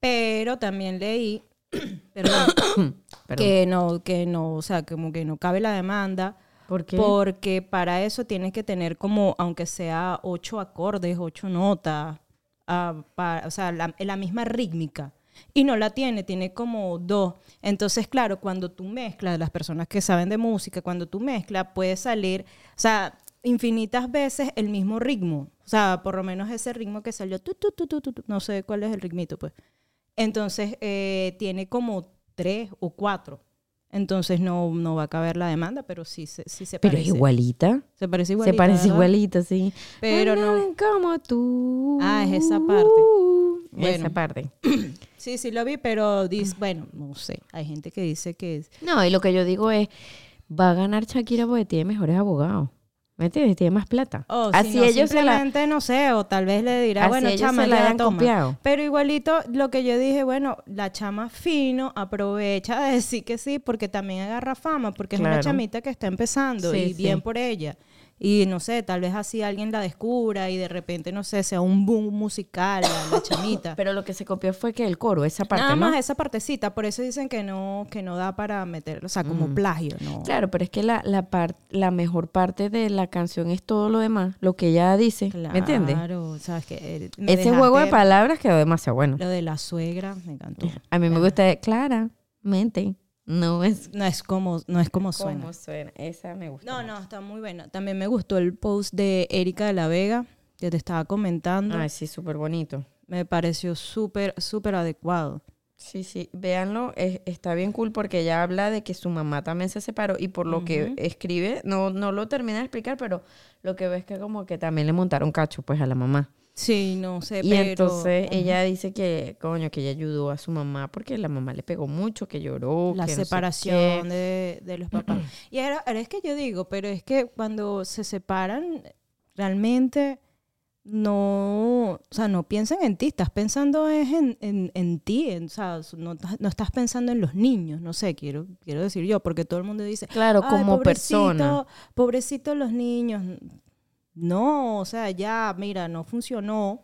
S1: Pero también leí, perdón,
S2: Perdón.
S1: que no, que no, o sea, como que no cabe la demanda.
S2: ¿Por qué?
S1: Porque para eso tienes que tener como, aunque sea ocho acordes, ocho notas, ah, pa- o sea, la, la misma rítmica. Y no la tiene, tiene como dos. Entonces, claro, cuando tú mezclas, las personas que saben de música, cuando tú mezclas, puede salir, o sea, infinitas veces el mismo ritmo. O sea, por lo menos ese ritmo que salió, tu, tu, tu, tu, tu, tu, no sé cuál es el ritmito, pues. Entonces, eh, tiene como tres o cuatro. Entonces, no, no va a caber la demanda, pero sí, se- sí se
S2: Pero es
S1: parece.
S2: igualita.
S1: Se parece igualita.
S2: se parece
S1: ¿verdad?
S2: igualita, sí.
S1: Pero no.
S2: Andan como tú.
S1: Ah, es esa parte. Bueno.
S2: Esa parte.
S1: Sí, sí lo vi, pero dis- bueno, no sé. Hay gente que dice que es...
S2: No, y lo que yo digo es, va a ganar Shakira porque tiene mejores abogados. ¿Me entiendes? Tiene más plata.
S1: o si
S2: Así
S1: Oh, no,
S2: ellos se la...
S1: simplemente no sé, o tal vez le dirá,
S2: Así
S1: bueno,
S2: ellos
S1: chama,
S2: se la
S1: ya
S2: hayan
S1: toma.
S2: copiado.
S1: Pero igualito, lo que yo dije, bueno, la chama fino aprovecha de decir que sí, porque también agarra fama, porque es una
S2: Claro.
S1: chamita que está empezando
S2: Sí,
S1: y
S2: sí.
S1: bien por ella. Y no sé, tal vez así alguien la descubra y de repente, no sé, sea un boom musical la, la chamita.
S2: Pero lo que se copió fue que el coro, esa parte,
S1: Nada
S2: ¿no?
S1: más esa partecita, por eso dicen que no, que no da para meterlo, o sea, como plagio, ¿no?
S2: Mm. Claro, pero es que la, la, par- la mejor parte de la canción es todo lo demás, lo que ella dice. ¿Me entiendes?
S1: Claro, o sea, es que eh, me
S2: Ese juego de
S1: dejaste
S2: palabras quedó demasiado bueno.
S1: Lo de la suegra, me encantó.
S2: A mí me gusta claramente. No es
S1: No es como, no es como suena.
S2: como suena. Esa me gusta.
S1: No, no, está muy buena. También me gustó el post de Erika de la Vega, que te estaba comentando.
S2: Ay, sí, súper bonito.
S1: Me pareció súper, súper adecuado.
S2: Sí, sí, véanlo, es- está bien cool porque ella habla de que su mamá también se separó y por lo que escribe, no, no lo termina de explicar, pero lo que ves que como que también le montaron cacho pues a la mamá.
S1: Sí, no sé,
S2: Y
S1: Eh, pero...
S2: entonces ella dice que, coño, que ella ayudó a su mamá porque la mamá le pegó mucho, que lloró.
S1: la
S2: que no sé
S1: separación
S2: qué.
S1: de, de los papás. y ahora, ahora es que yo digo, pero es que cuando se separan, realmente no, o sea, no piensan en ti, estás pensando es en, en, en ti, en- o sea, no, estás- no estás pensando en los niños, no sé, quiero, quiero decir yo, porque todo el mundo dice,
S2: Claro,
S1: "Ay,
S2: como
S1: pobrecito,
S2: persona.
S1: Pobrecito los niños. No, o sea, ya, mira, no funcionó.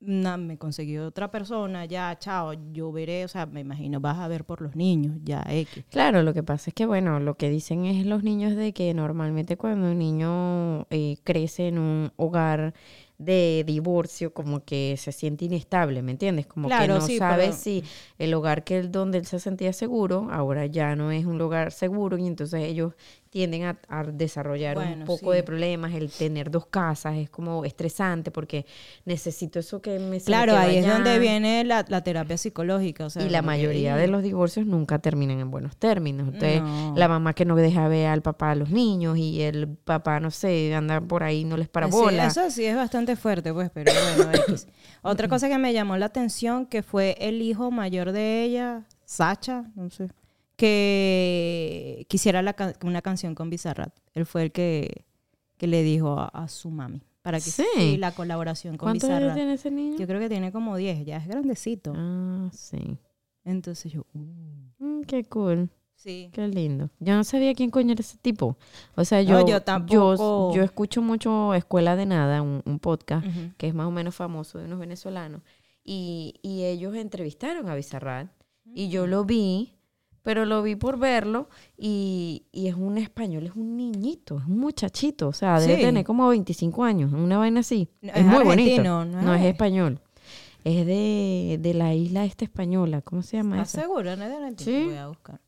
S1: na- me conseguí otra persona, ya, chao, yo veré, o sea, me imagino, vas a ver por los niños, ya, X.
S2: Claro, lo que pasa es que, bueno, lo que dicen es los niños de que normalmente cuando un niño eh, crece en un hogar de divorcio, como que se siente inestable, ¿me entiendes? Como
S1: Claro,
S2: que no
S1: sí,
S2: sabe
S1: pero-
S2: si el hogar que él, donde él se sentía seguro, ahora ya no es un lugar seguro y entonces ellos tienden a, a desarrollar
S1: Bueno,
S2: un poco
S1: sí.
S2: de problemas, el tener dos casas es como estresante porque necesito eso que me se me
S1: Claro,
S2: quedó
S1: ahí es
S2: allá.
S1: donde viene la, la terapia psicológica, o sea.
S2: Y la
S1: como que,
S2: mayoría
S1: "Ey".
S2: de los divorcios nunca terminan en buenos términos. Entonces,
S1: No.
S2: la mamá que no deja ver al papá a los niños y el papá, no sé, anda por ahí, no les para
S1: Pues Sí,
S2: bola.
S1: eso sí es bastante fuerte, pues, pero bueno, X. Otra cosa que me llamó la atención que fue el hijo mayor de ella, Sacha, no sé, que quisiera la can- una canción con Bizarrap. Él fue el que, que le dijo a, a su mami para que
S2: Sí.
S1: sí, la colaboración con
S2: ¿Cuántos años
S1: Bizarrap.
S2: tiene ese niño?
S1: Yo creo que tiene como 10, ya es grandecito.
S2: Ah, sí.
S1: Entonces yo, uh,
S2: Mm, qué cool,
S1: sí.
S2: qué lindo. Yo no sabía quién coño era ese tipo. O sea, yo,
S1: No, yo
S2: yo,
S1: tampoco.
S2: yo escucho mucho Escuela de Nada, un, un podcast
S1: Ujú.
S2: que es más o menos famoso de unos venezolanos. Y, y ellos entrevistaron a Bizarrat y
S1: Mm.
S2: yo lo vi, pero lo vi por verlo y, y es un español, es un niñito, es un muchachito, o sea, debe
S1: Sí.
S2: tener como 25 años, una vaina así.
S1: No,
S2: Es,
S1: es
S2: muy bonito.
S1: argentino,
S2: No,
S1: ¿no
S2: es
S1: es?
S2: español. Es de, de la isla esta española, ¿cómo se llama
S1: ¿Estás
S2: esa?
S1: segura? No es de
S2: Sí.
S1: Voy a buscar.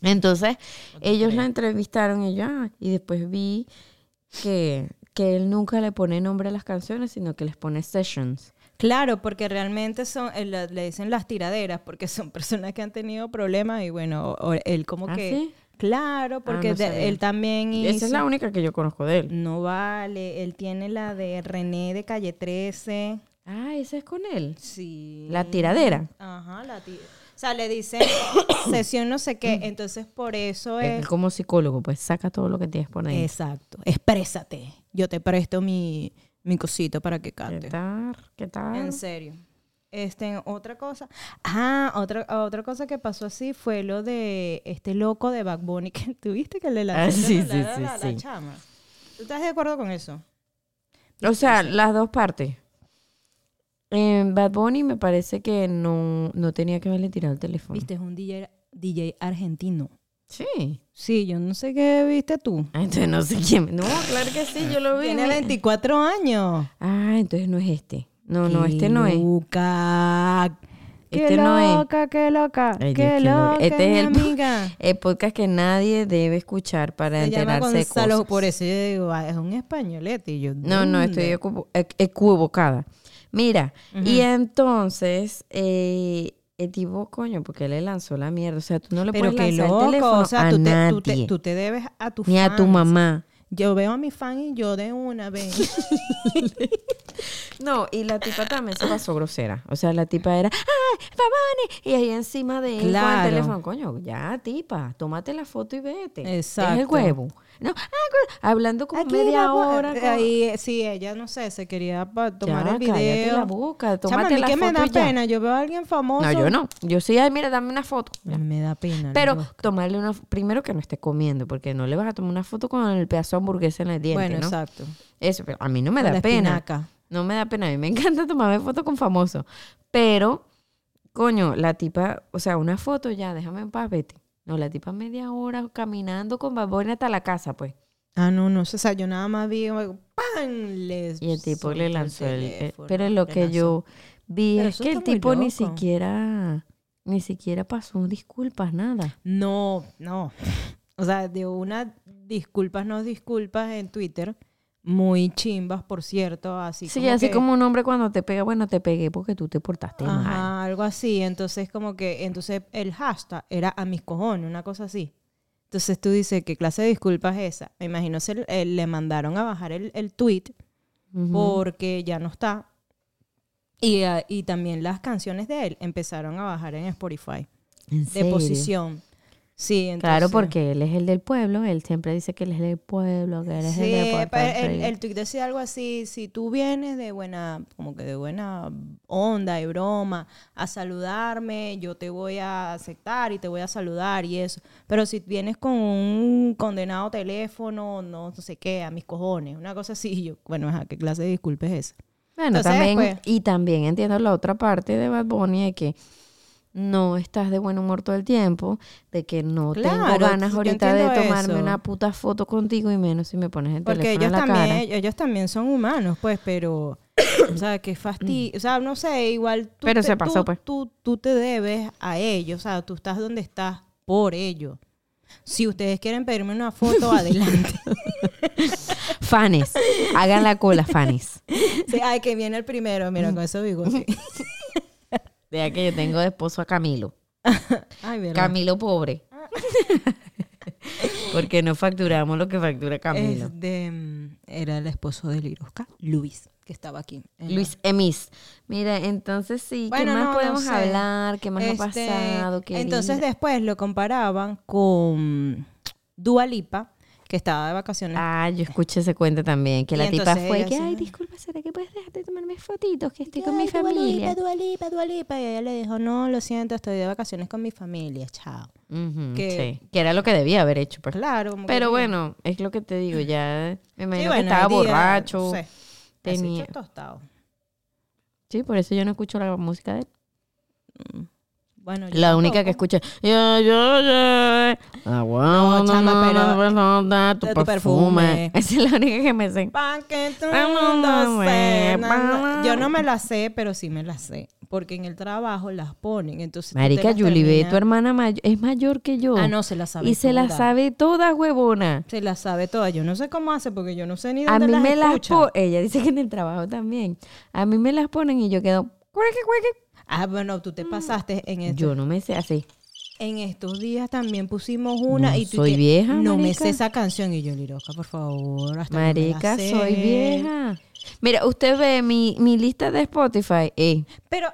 S2: Entonces, ellos la entrevistaron y ya, y después vi que, que él nunca le pone nombre a las canciones, sino que les pone sessions.
S1: Claro, porque realmente son, eh, la- le dicen las tiraderas, porque son personas que han tenido problemas y bueno, o- o él como
S2: ¿Ah,
S1: que...
S2: sí? Ah,
S1: Claro, porque
S2: no
S1: de-
S2: sabía.
S1: él también
S2: Esa
S1: hizo-
S2: es la única que yo conozco de él.
S1: No vale, él tiene la de René de Calle 13.
S2: Ah, esa es con él.
S1: Sí.
S2: La tiradera.
S1: Ajá, la tira. O sea, le dicen sesión no sé qué, entonces por eso es...
S2: Él como psicólogo, pues saca todo lo que tienes por ahí.
S1: Exacto, exprésate. Yo te presto mi, mi cosita para que cante.
S2: ¿Qué tal? ¿Qué tal?
S1: En serio. Este, otra cosa. Ah, otra, otra cosa que pasó así fue lo de este loco de Bad Bunny que tuviste que le lanzó
S2: Ah, sí,
S1: la,
S2: sí,
S1: la-
S2: sí,
S1: la- la
S2: sí.
S1: chama. ¿Tú estás de acuerdo con eso?
S2: O sea, las dos partes. En Bad Bunny me parece que no, no tenía que haberle tirado el teléfono.
S1: Viste, es un DJ, DJ argentino.
S2: Sí.
S1: Sí, yo no sé qué viste tú.
S2: Ah, Entonces no sé quién. No, claro que sí, yo lo vi.
S1: Tiene
S2: mi-
S1: 24 años.
S2: Ah, entonces no es este. No, no, este no es.
S1: Loca.
S2: Este
S1: qué
S2: no es.
S1: loca, qué loca,
S2: Ay,
S1: qué
S2: Dios, qué loca.
S1: loca,
S2: Este es
S1: mi
S2: el-
S1: amiga.
S2: El podcast que nadie debe escuchar para
S1: Se llama
S2: enterarse de
S1: Gonzalo,
S2: cosas.
S1: por eso yo digo, ah, es un españolete. Y yo,
S2: No, no, estoy
S1: ¿dónde?
S2: equivo- equ- equivocada. Mira, y entonces, eh, el tipo, coño, porque le lanzó la mierda. O sea, tú no le
S1: Pero qué
S2: puedes lanzar el
S1: loco,
S2: teléfono
S1: o sea,
S2: a
S1: tú te,
S2: nadie,
S1: tú, te, tú te debes a tu
S2: ni a tu
S1: fans.
S2: mamá.
S1: Yo veo a mi fan y yo de una vez.
S2: No, y la tipa también se pasó grosera. O sea, la tipa era, ¡ay, Babani! Y ahí encima de él con
S1: Claro.
S2: el teléfono, coño, ya, tipa, tómate la foto y vete. Es el
S1: Exacto.
S2: huevo. No, ah, cu- hablando como
S1: Aquí
S2: media
S1: vamos-
S2: hora.
S1: eh,
S2: con-
S1: Ahí, eh, sí, ella, no sé, se quería pa- tomar
S2: Ya,
S1: el video.
S2: cállate la boca,
S1: Chama,
S2: tómate
S1: a mí
S2: la
S1: que me
S2: foto
S1: da
S2: y ya.
S1: pena. Yo veo a alguien famoso.
S2: No, yo no. Yo sí, ay, mira, dame una foto. Ya.
S1: Me da pena.
S2: Pero
S1: loco.
S2: tomarle una... Primero que no esté comiendo, porque no le vas a tomar una foto con el pedazo de hamburguesa en el diente,
S1: Bueno,
S2: ¿no?
S1: exacto.
S2: Eso, pero a mí no me
S1: Con
S2: da
S1: la
S2: pena.
S1: espinaca.
S2: No me da pena. A mí me encanta tomarme fotos con famosos. Pero, coño, la tipa... O sea, una foto ya, déjame en paz, vete. No, la tipa media hora caminando con babón hasta la casa, pues.
S1: Ah, no, no sé. O sea, yo nada más vi. ¡Pam! Les
S2: Y el tipo
S1: soltó
S2: le lanzó el... el-
S1: teléfono,
S2: pero lo
S1: le
S2: que
S1: lanzó.
S2: yo vi
S1: Pero
S2: es
S1: eso
S2: que el
S1: está muy
S2: tipo ni
S1: loco.
S2: siquiera... Ni siquiera pasó disculpas, nada.
S1: No, no. O sea, de una disculpas, no disculpas en Twitter. Muy chimbas, por cierto. Así
S2: sí,
S1: como
S2: así
S1: que-
S2: como un hombre cuando te pega, bueno, te pegué porque tú te portaste mal.
S1: Ajá, algo así. Entonces, como que, entonces el hashtag era a mis cojones, una cosa así. Entonces tú dices, ¿qué clase de disculpa es esa? Me imagino se l- eh, le mandaron a bajar el, el tweet
S2: Ujú.
S1: porque ya no está. Y, ah, y también las canciones de él empezaron a bajar en Spotify
S2: ¿En
S1: de
S2: serio?
S1: posición. Sí,
S2: Claro,
S1: entonces-
S2: porque él es el del pueblo, él siempre dice que él es del pueblo, que él es
S1: Sí,
S2: el del pueblo.
S1: pa- el, el tweet decía algo así, si tú vienes de buena, como que de buena onda y broma a saludarme, yo te voy a aceptar y te voy a saludar y eso. Pero si vienes con un condenado teléfono, no, no sé qué, a mis cojones, una cosa así, y yo, bueno, ajá, ¿qué clase de disculpa es esa?
S2: Bueno,
S1: Entonces,
S2: también,
S1: pues-
S2: y también entiendo la otra parte de Bad Bunny de que no estás de buen humor todo el tiempo, de que no
S1: Claro,
S2: tengo ganas
S1: yo
S2: ahorita de
S1: entiendo
S2: tomarme
S1: eso.
S2: una puta foto contigo y menos si me pones el
S1: Porque
S2: teléfono
S1: ellos
S2: en la
S1: también,
S2: cara.
S1: ellos también son humanos, pues, pero, o sea, que fastidio, o sea, no sé, igual tú,
S2: Pero
S1: te,
S2: se pasó,
S1: tú-
S2: pues.
S1: tú, tú te debes a ellos, o sea, tú estás donde estás por ellos. Si ustedes quieren pedirme una foto, adelante.
S2: Fanes, hagan la cola, fanes.
S1: Sí, ay, que viene el primero, mira, con eso digo. sí.
S2: Vea que yo tengo de esposo a Camilo.
S1: Ay, verdad.
S2: Camilo pobre. Porque no facturamos lo que factura Camilo.
S1: Es de, mm, era el esposo de Lirosca, Luis, que estaba aquí. en la-
S2: Luis Emis. Mira, entonces sí,
S1: Bueno,
S2: ¿qué más
S1: no, no
S2: podemos
S1: sé.
S2: hablar? ¿Qué más ha
S1: Este,
S2: pasado? ¿Qué
S1: entonces
S2: vida?
S1: después lo comparaban con Dua Lipa, que estaba de vacaciones
S2: Ah, yo escuché ese cuento también, que
S1: Y
S2: la tipa
S1: entonces
S2: fue
S1: ella
S2: que,
S1: sí,
S2: ay,
S1: ¿no?
S2: disculpa, ¿será que puedes dejarte de tomarme fotitos? Que estoy con
S1: Ay,
S2: mi
S1: Dua
S2: familia.
S1: Lipa, Dua Lipa, Dua Lipa. Y ella le dijo, no, lo siento, estoy de vacaciones con mi familia, chao.
S2: Ujú,
S1: que-
S2: sí, que era lo que debía haber hecho. pues.
S1: Claro. como que-
S2: Pero bueno, es lo que te digo, ya me
S1: Sí,
S2: imagino
S1: bueno,
S2: que estaba
S1: el día,
S2: borracho.
S1: no sé,
S2: tenía-
S1: acecho tostado.
S2: Sí, por eso yo no escucho la música de él.
S1: Bueno, yo
S2: La única que
S1: tampoco.
S2: escuché. Yeah, yeah, yeah. I wanna
S1: No, chama,
S2: know
S1: pero-
S2: what's on that, tu
S1: de tu perfume.
S2: perfume. Esa es la única que me sé.
S1: Pa' que todo el
S2: Vamos,
S1: mundo
S2: güey,
S1: sepa.
S2: vamos.
S1: Yo no me la sé, pero sí me la sé. Porque en el trabajo las ponen. Entonces tú te
S2: Marica
S1: las
S2: Yulibé,
S1: terminas-
S2: tu hermana may- es mayor que yo.
S1: Ah, no, se la sabe.
S2: y se la
S1: toda.
S2: sabe toda, huevona.
S1: Se la sabe toda. Yo no sé cómo hace porque yo no sé ni
S2: A
S1: dónde
S2: mí
S1: las
S2: me las
S1: escucha.
S2: ponen. Ella dice que en el trabajo también. A mí me las ponen y yo quedo. "Cueque, cueque".
S1: Ah, bueno, tú te pasaste en esto.
S2: Mm. Yo no me sé así.
S1: En estos días también pusimos una
S2: No,
S1: y tú
S2: soy
S1: que,
S2: vieja,
S1: No me
S2: marica".
S1: sé esa canción y yo Liroca, por favor, hasta que me la
S2: Marica,
S1: sé".
S2: soy vieja. Mira, usted ve mi, mi lista de Spotify. eh,
S1: Pero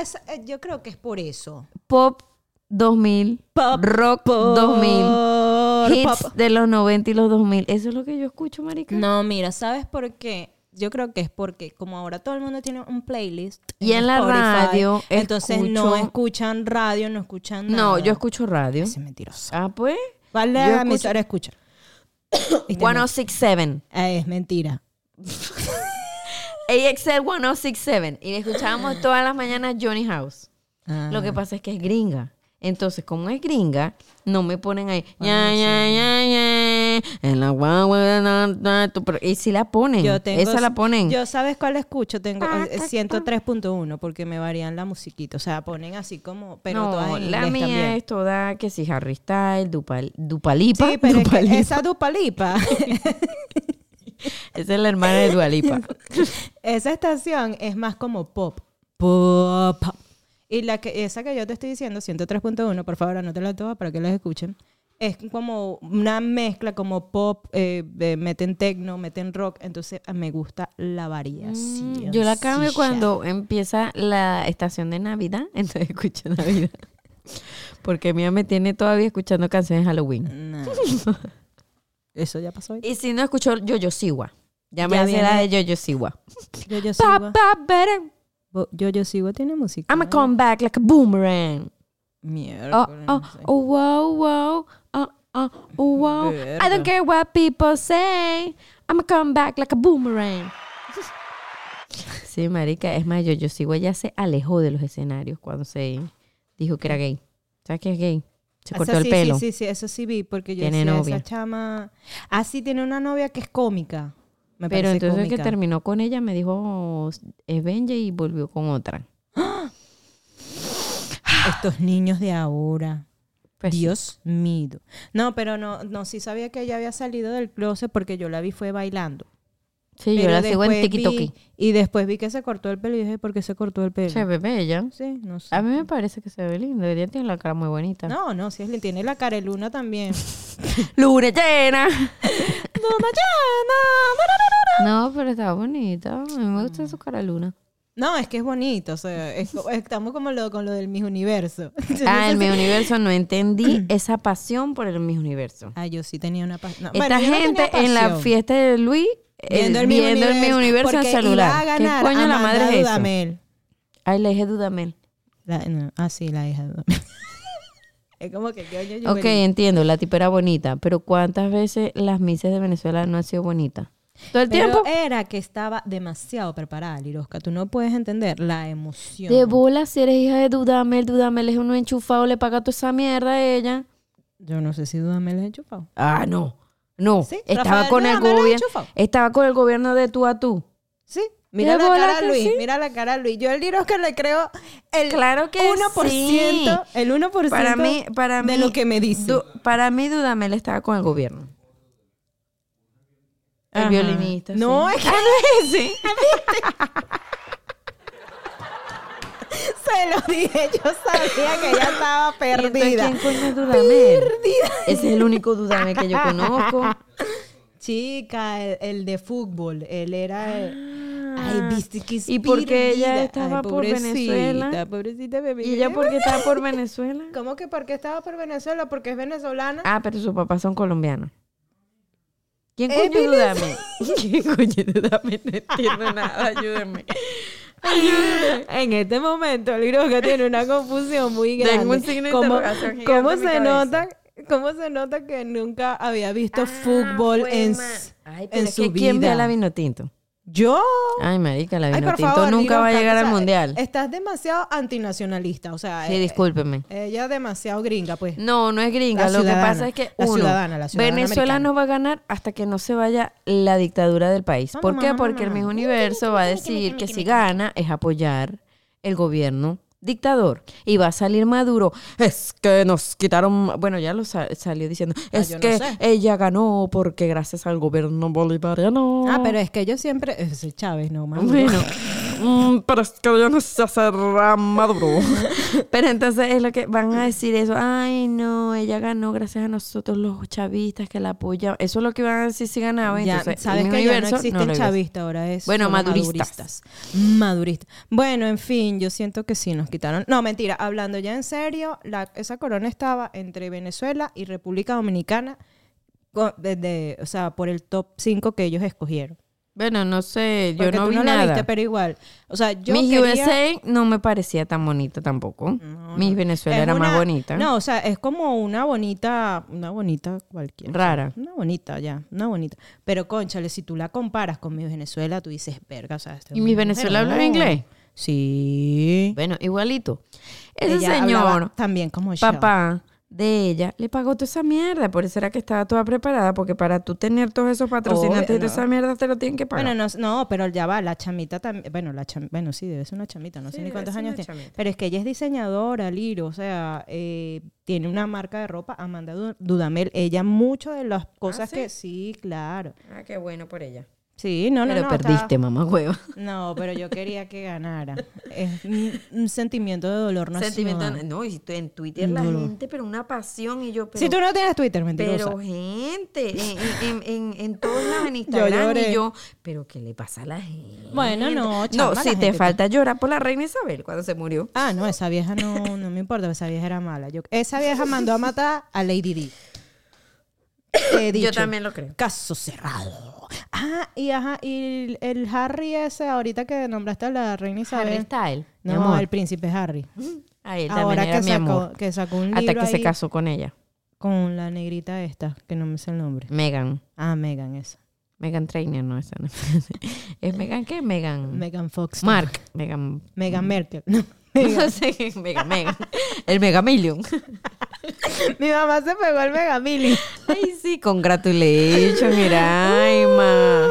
S1: esa- eh, yo creo que es por eso.
S2: pop 2000.
S1: Pop,
S2: rock 2000.
S1: Por
S2: hits
S1: pop.
S2: de los 90 y los 2000. Eso es lo que yo escucho, marica.
S1: No, mira, ¿sabes por qué? yo creo que es porque como ahora todo el mundo tiene un playlist
S2: Y en la radio
S1: entonces no
S2: escucho-
S1: escuchan radio, no escuchan nada.
S2: No, yo escucho radio.
S1: Ese es mentiroso.
S2: Ah, pues.
S1: ¿Cuál
S2: Yo
S1: es la
S2: escucho-
S1: emisora escucha? Este,
S2: 1067.
S1: eh, es mentira.
S2: AXL 1067. Y escuchábamos todas las mañanas Johnny House.
S1: Ah.
S2: Lo que pasa es que es gringa. Entonces, como es gringa, no me ponen ahí. Ya, ya, ya, ya. En la guagua. na, na, tu pro-". Y si la ponen.
S1: Yo tengo-
S2: Esa la ponen.
S1: Yo sabes cuál escucho, tengo
S2: Ah,
S1: eh, 103.1 porque me varían la musiquita, o sea, ponen así como pero
S2: no,
S1: todas en
S2: la
S1: inglés
S2: mía
S1: también.
S2: es toda que si Harry Styles, Dupal, Dupalipa.
S1: Sí, pero es que
S2: Dupalipa.
S1: esa dupalipa,
S2: Esa es la hermana de Dualipa.
S1: esa estación es más como pop. Pop. Y la que, esa que yo te estoy diciendo, 103.1, por favor, anótela todas para que las escuchen. Es como una mezcla como pop, eh, de- meten techno, meten rock, entonces ah, me gusta la variación.
S2: Mm, Yo la cambio
S1: Sí,
S2: cuando empieza la estación de Navidad, entonces escucho Navidad. Porque mía me tiene todavía escuchando canciones de Halloween.
S1: No. Eso ya pasó.
S2: Y si no escucho Yo-Yo Siwa. Ya me
S1: Ya
S2: hace la de
S1: viene.
S2: Yo-Yo Siwa. Ah.
S1: Yo yo sigo.
S2: Pa, pa, better.
S1: Yo yo sigo tiene música.
S2: I'ma come back like a boomerang. Oh,
S1: Miércoles,
S2: oh,
S1: no sé.
S2: oh, wow, wow. Oh, oh, oh, wow. I
S1: Verga.
S2: don't care what people say. I'ma come back like a boomerang. Sí, marica. Es más, yo, yo sigo. Ella se alejó de los escenarios cuando se dijo que era gay. ¿Sabes qué es gay? Se
S1: Eso
S2: cortó el
S1: sí,
S2: pelo.
S1: Sí, sí, sí, eso sí vi, porque yo
S2: Tiene
S1: decía,
S2: novia.
S1: esa chama... Ah, sí, tiene una novia que es cómica. Me
S2: Pero
S1: parece
S2: entonces
S1: cómica.
S2: que terminó con ella me dijo es Benji y volvió con otra.
S1: Estos niños de ahora.
S2: Pues sí.
S1: Dios mío. No, pero no, no, sí sabía que ella había salido del closet porque yo la vi fue bailando.
S2: Sí, yo
S1: Pero
S2: la sigo en
S1: después vi-
S2: TikTok.
S1: Y después vi que se cortó el pelo y dije, ¿por qué se cortó el pelo?
S2: Se ve bella.
S1: Sí, no sé.
S2: A mí me parece que se ve linda. Ella tiene la cara muy bonita.
S1: No, no, sí, es- tiene la careluna también.
S2: Luna llena.
S1: Luna llena.
S2: No, pero está bonita. A mí me gusta su cara luna.
S1: No, es que es bonito, o sea, es co- estamos como lo, con lo del mis universo.
S2: Ah, el mi universo no entendí esa pasión por el mi universo.
S1: Ah, yo sí tenía una pasión.
S2: Esta gente en la fiesta de Luis eh, viendo el mi universo, en celular. ¿Qué coño la madre es eso? Ay, le dije Dudamel.
S1: La- no, ah, sí, la hija de Dudamel. es como que coño yo
S2: Ok, entiendo, la tipa era bonita, pero ¿cuántas veces las misas de Venezuela no han sido bonitas? Todo el
S1: Pero
S2: tiempo.
S1: era que estaba demasiado preparada, Lirosca. Tú no puedes entender la emoción.
S2: De bola, si eres hija de Dudamel, Dudamel es uno enchufado, le paga toda esa mierda a ella.
S1: Yo no sé si Dudamel es enchufado.
S2: Ah, no. No,
S1: Sí,
S2: estaba
S1: Rafael
S2: con el
S1: Dudamel es
S2: gobierno.
S1: enchufado.
S2: Estaba con el gobierno de tú a tú.
S1: Sí. Mira
S2: De
S1: la
S2: bola
S1: cara a
S2: que
S1: Luis,
S2: sí.
S1: mira la cara a Luis. Yo al Lirosca le creo el
S2: Claro que
S1: 1%,
S2: sí.
S1: el 1%
S2: Para mí, para
S1: de
S2: mí,
S1: lo que me dice.
S2: Du- para mí, Dudamel estaba con el gobierno. El
S1: Ajá.
S2: violinista.
S1: No,
S2: sí.
S1: es que-
S2: Ah, no es ese.
S1: Se lo dije, yo sabía que ella estaba
S2: Entonces,
S1: perdida.
S2: ¿Quién coño es Dudamel?
S1: Perdida.
S2: Ese es el único Dudamel que yo conozco.
S1: Chica, el, el de fútbol, él era el... Ay, viste que es
S2: Ah. ¿Y por qué ella
S1: perdida.
S2: estaba por
S1: pobrecita,
S2: Venezuela?
S1: Pobrecita, bebé.
S2: ¿Y ella por qué estaba por Venezuela?
S1: ¿Cómo que por qué estaba por Venezuela? Porque es venezolana.
S2: Ah, pero sus papás son colombianos. ¿Quién
S1: Eh,
S2: coño es
S1: mire,
S2: Dudamel? ¿Quién coño es Dudamel? No entiendo nada, ayúdame.
S1: En este momento, el Iroga tiene una confusión muy grande.
S2: Tengo un signo de
S1: ¿Cómo-
S2: interrogación gigante
S1: ¿Cómo
S2: en mi
S1: se
S2: cabeza?
S1: nota? ¿Cómo se nota que nunca había visto
S2: Ah,
S1: fútbol
S2: fue
S1: en,
S2: ma-
S1: s-
S2: Ay, pero
S1: en
S2: es
S1: su
S2: que
S1: vida?
S2: ¿Quién ve a la Vinotinto?
S1: Yo.
S2: Ay, marica, la
S1: Ay, por
S2: Vinotinto
S1: favor,
S2: nunca va a
S1: Liroca,
S2: llegar
S1: o
S2: al
S1: sea,
S2: mundial.
S1: Estás demasiado antinacionalista, o sea,
S2: Sí,
S1: eh,
S2: discúlpeme.
S1: ella es demasiado gringa, pues.
S2: No, no es gringa.
S1: La
S2: Lo que
S1: ciudadana,
S2: pasa es que
S1: la
S2: uno,
S1: ciudadana, la ciudadana
S2: Venezuela
S1: americana.
S2: no va a ganar hasta que no se vaya la dictadura del país.
S1: No,
S2: ¿Por
S1: no,
S2: qué?
S1: no, no, no,
S2: Porque el
S1: no.
S2: mismo universo va a decir que si gana es apoyar el gobierno dictador y va a salir Maduro es que nos quitaron bueno ya lo sa- salió diciendo es
S1: Ah, yo no
S2: que
S1: sé.
S2: ella ganó porque gracias al gobierno bolivariano
S1: Ah, pero es que yo siempre. Es el Chávez, no, más.
S2: bueno, mm, pero es que yo no sé hacer a Maduro. Pero entonces es lo que van a decir eso. Ay, no, ella ganó gracias a nosotros los chavistas que la apoyaban. Eso es lo que van a decir si ganaba.
S1: Ya,
S2: entonces,
S1: sabes
S2: mi
S1: que ya no
S2: universo
S1: existen
S2: lo iba a hacer.
S1: chavistas, ahora es
S2: Bueno,
S1: solo
S2: maduristas.
S1: maduristas. Maduristas. Bueno, en fin, yo siento que sí nos quitaron. No, mentira, hablando ya en serio, la- esa corona estaba entre Venezuela y República Dominicana, co- desde, o sea, por el top 5 que ellos escogieron.
S2: Bueno, no sé, yo
S1: Porque
S2: no
S1: tú
S2: vi
S1: no
S2: nada.
S1: la viste, pero igual. O sea, yo
S2: Miss
S1: quería...
S2: USA no me parecía tan bonita tampoco.
S1: No,
S2: Miss
S1: no.
S2: Venezuela
S1: Es
S2: era más
S1: una-
S2: bonita.
S1: No, o sea, es como una bonita, una bonita cualquiera.
S2: Rara.
S1: Una bonita, ya, una bonita. Pero, conchale, si tú la comparas con mi Venezuela, tú dices, verga, o sea... este
S2: ¿Y mi
S1: mujer,
S2: Venezuela
S1: no".
S2: hablaba inglés?
S1: Sí.
S2: Bueno, igualito. Ese
S1: Ella
S2: señor,
S1: hablaba También como yo.
S2: papá de ella, le pagó toda esa mierda. Por eso era que estaba toda preparada, porque para tú tener todos esos patrocinantes
S1: Obvio,
S2: y toda
S1: no.
S2: esa mierda te lo tienen que pagar.
S1: Bueno, no, no, pero ya va, la chamita también. Bueno, la cham- bueno, sí, debe ser una chamita, no
S2: Sí,
S1: sé ni
S2: debe
S1: cuántos
S2: ser
S1: años
S2: una
S1: tiene.
S2: chamita.
S1: Pero es que ella es diseñadora, Liro, o sea, eh, tiene una marca de ropa, Amanda Du- Dudamel. Ella, mucho de las cosas
S2: Ah, ¿sí?
S1: que sí, claro.
S2: Ah, qué bueno por ella.
S1: Sí, no, no,
S2: Pero
S1: no.
S2: perdiste,
S1: estaba-
S2: mamá hueva.
S1: No, pero yo quería que ganara. Es un, un sentimiento de dolor, no
S2: Sentimiento.
S1: sé.
S2: No, y en Twitter la gente, pero una pasión. Y yo, pero.
S1: Si tú no tienes Twitter, mentirosa.
S2: Pero gente, en, en, en, en todos lados, en Instagram
S1: lloré.
S2: y yo, pero ¿qué le pasa a la gente?
S1: Bueno, no, chama,
S2: No,
S1: la
S2: si
S1: gente-
S2: te falta llorar por la reina Isabel cuando se murió.
S1: Ah, no, esa vieja no, no me importa, esa vieja era mala. Yo, esa vieja mandó a matar a Lady D. Te he dicho.
S2: Yo también lo creo.
S1: Caso cerrado. Ah, y ajá, y el, el Harry ese, ahorita que nombraste a la reina Isabel.
S2: Harry Styles, mi
S1: No,
S2: amor.
S1: el príncipe Harry.
S2: A él también
S1: Ahora
S2: era
S1: que
S2: mi
S1: sacó,
S2: amor.
S1: que sacó un libro
S2: Hasta que se
S1: ahí
S2: casó con ella.
S1: con la negrita esta, que no me sé el nombre.
S2: Megan.
S1: Ah, Megan esa.
S2: Megan Trainer, no, esa no. ¿Es Megan qué? Megan.
S1: Megan Fox.
S2: Mark. Megan.
S1: Megan Merkel. No,
S2: No sé qué es Megan. Megan. El Mega Million.
S1: Mi mamá se pegó el Megan Millie.
S2: Ay, sí, congratulations, mira, Iraima.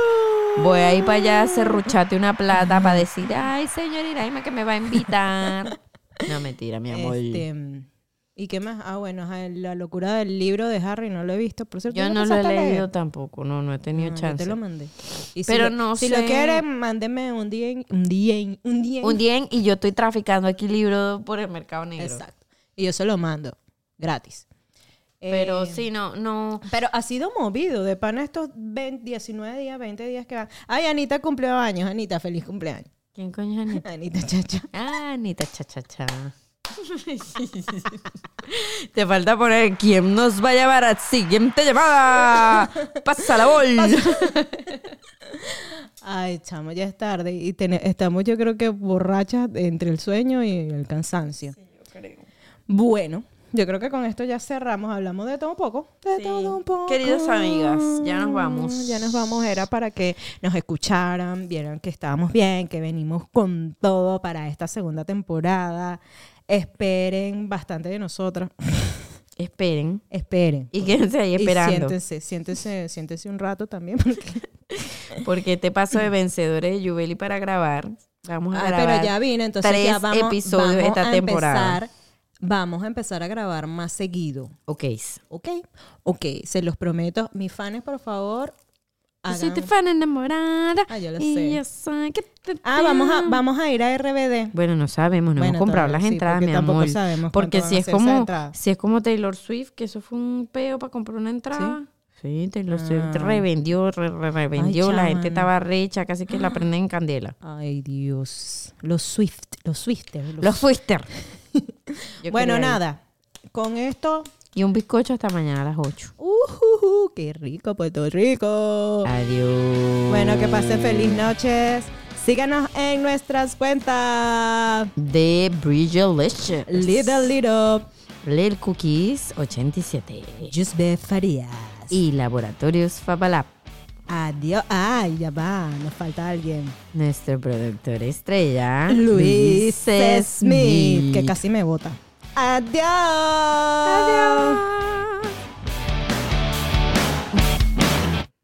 S2: Voy a ir para allá a serrucharte una plata para decir, ay, señor Iraima, que me va a invitar. No, mentira, mi amor.
S1: Este, mm, ¿Y qué más? Ah, bueno, ajá, la locura del libro de Harry no lo he visto. Por cierto,
S2: yo
S1: ¿tú
S2: no lo he
S1: alcanzaste a leer?
S2: leído tampoco, no, no he tenido
S1: Ah, yo
S2: chance.
S1: te lo mandé. Y
S2: Pero
S1: si lo,
S2: no
S1: si
S2: sé.
S1: lo quieren, mándeme un día, un día, un día.
S2: Un día en- y yo estoy traficando aquí libros por el mercado negro.
S1: Exacto. Y yo se lo mando, gratis.
S2: Pero
S1: Eh,
S2: sí, no, no.
S1: Pero ha sido movido, de pana estos 20, 19 días, 20 días que van. Ay, Anita cumplió años, Anita, feliz cumpleaños.
S2: ¿Quién coño es Anita?
S1: Anita, chacha.
S2: Ah, Anita, cha, cha, cha. Te falta poner quién nos va a llevar a siguiente llamada. Pasa la bola.
S1: Ay, chamo, ya es tarde y tene- estamos yo creo que borrachas entre el sueño y el cansancio. Bueno, yo creo que con esto ya cerramos, hablamos de todo un poco, de
S2: Sí.
S1: todo un poco.
S2: Queridas amigas, ya nos vamos.
S1: Ya nos vamos, era para que nos escucharan, vieran que estábamos bien, que venimos con todo para esta segunda temporada. Esperen bastante de nosotras.
S2: Esperen.
S1: Esperen.
S2: Y quédense ahí esperando.
S1: siéntense, siéntense, siéntense un rato también porque
S2: Porque este paso de vencedores de Jubeli para grabar. Vamos a
S1: Ay,
S2: grabar.
S1: Ah, pero ya vine, entonces
S2: tres
S1: ya vamos,
S2: episodios
S1: vamos
S2: esta
S1: a
S2: temporada.
S1: Empezar, vamos a empezar a grabar más seguido,
S2: Ok.
S1: ¿ok? Ok, se los prometo. Mis fans, por favor,
S2: Yo soy
S1: hagan-
S2: tu fan enamorada.
S1: Ah, yo lo
S2: y
S1: sé.
S2: yo sé que te
S1: Ah, vamos a,
S2: amo.
S1: vamos a ir a RBD.
S2: Bueno, no sabemos, no
S1: Bueno,
S2: hemos comprado
S1: todavía
S2: las
S1: sí,
S2: entradas,
S1: porque
S2: mi
S1: tampoco
S2: amor.
S1: sabemos
S2: porque
S1: cuánto
S2: si
S1: van a
S2: es
S1: ser esas
S2: como
S1: entradas.
S2: si es como Taylor Swift, que eso fue un peo para comprar una entrada. Sí, Taylor Swift
S1: Ah.
S2: revendió, re- re- revendió, la gente
S1: chama.
S2: estaba recha, casi que la prenden en candela.
S1: Ay, Dios. Los Swift, los Swifter. los-
S2: Los Twister.
S1: bueno, nada. Con esto,
S2: Y un bizcocho hasta mañana a las 8.
S1: ujujú, qué rico Puerto Rico.
S2: Adiós.
S1: Bueno, que pasen feliz noches. Síganos en nuestras cuentas.
S2: De Bridgelicious.
S1: Little Little
S2: Little Cookies 87.
S1: Jusbe Farías.
S2: Y Laboratorios Fabalab.
S1: Adiós. Ay, ya va. Nos falta alguien.
S2: Nuestro productor estrella.
S1: Luis Smith. Que casi me vota. Adiós. Adiós.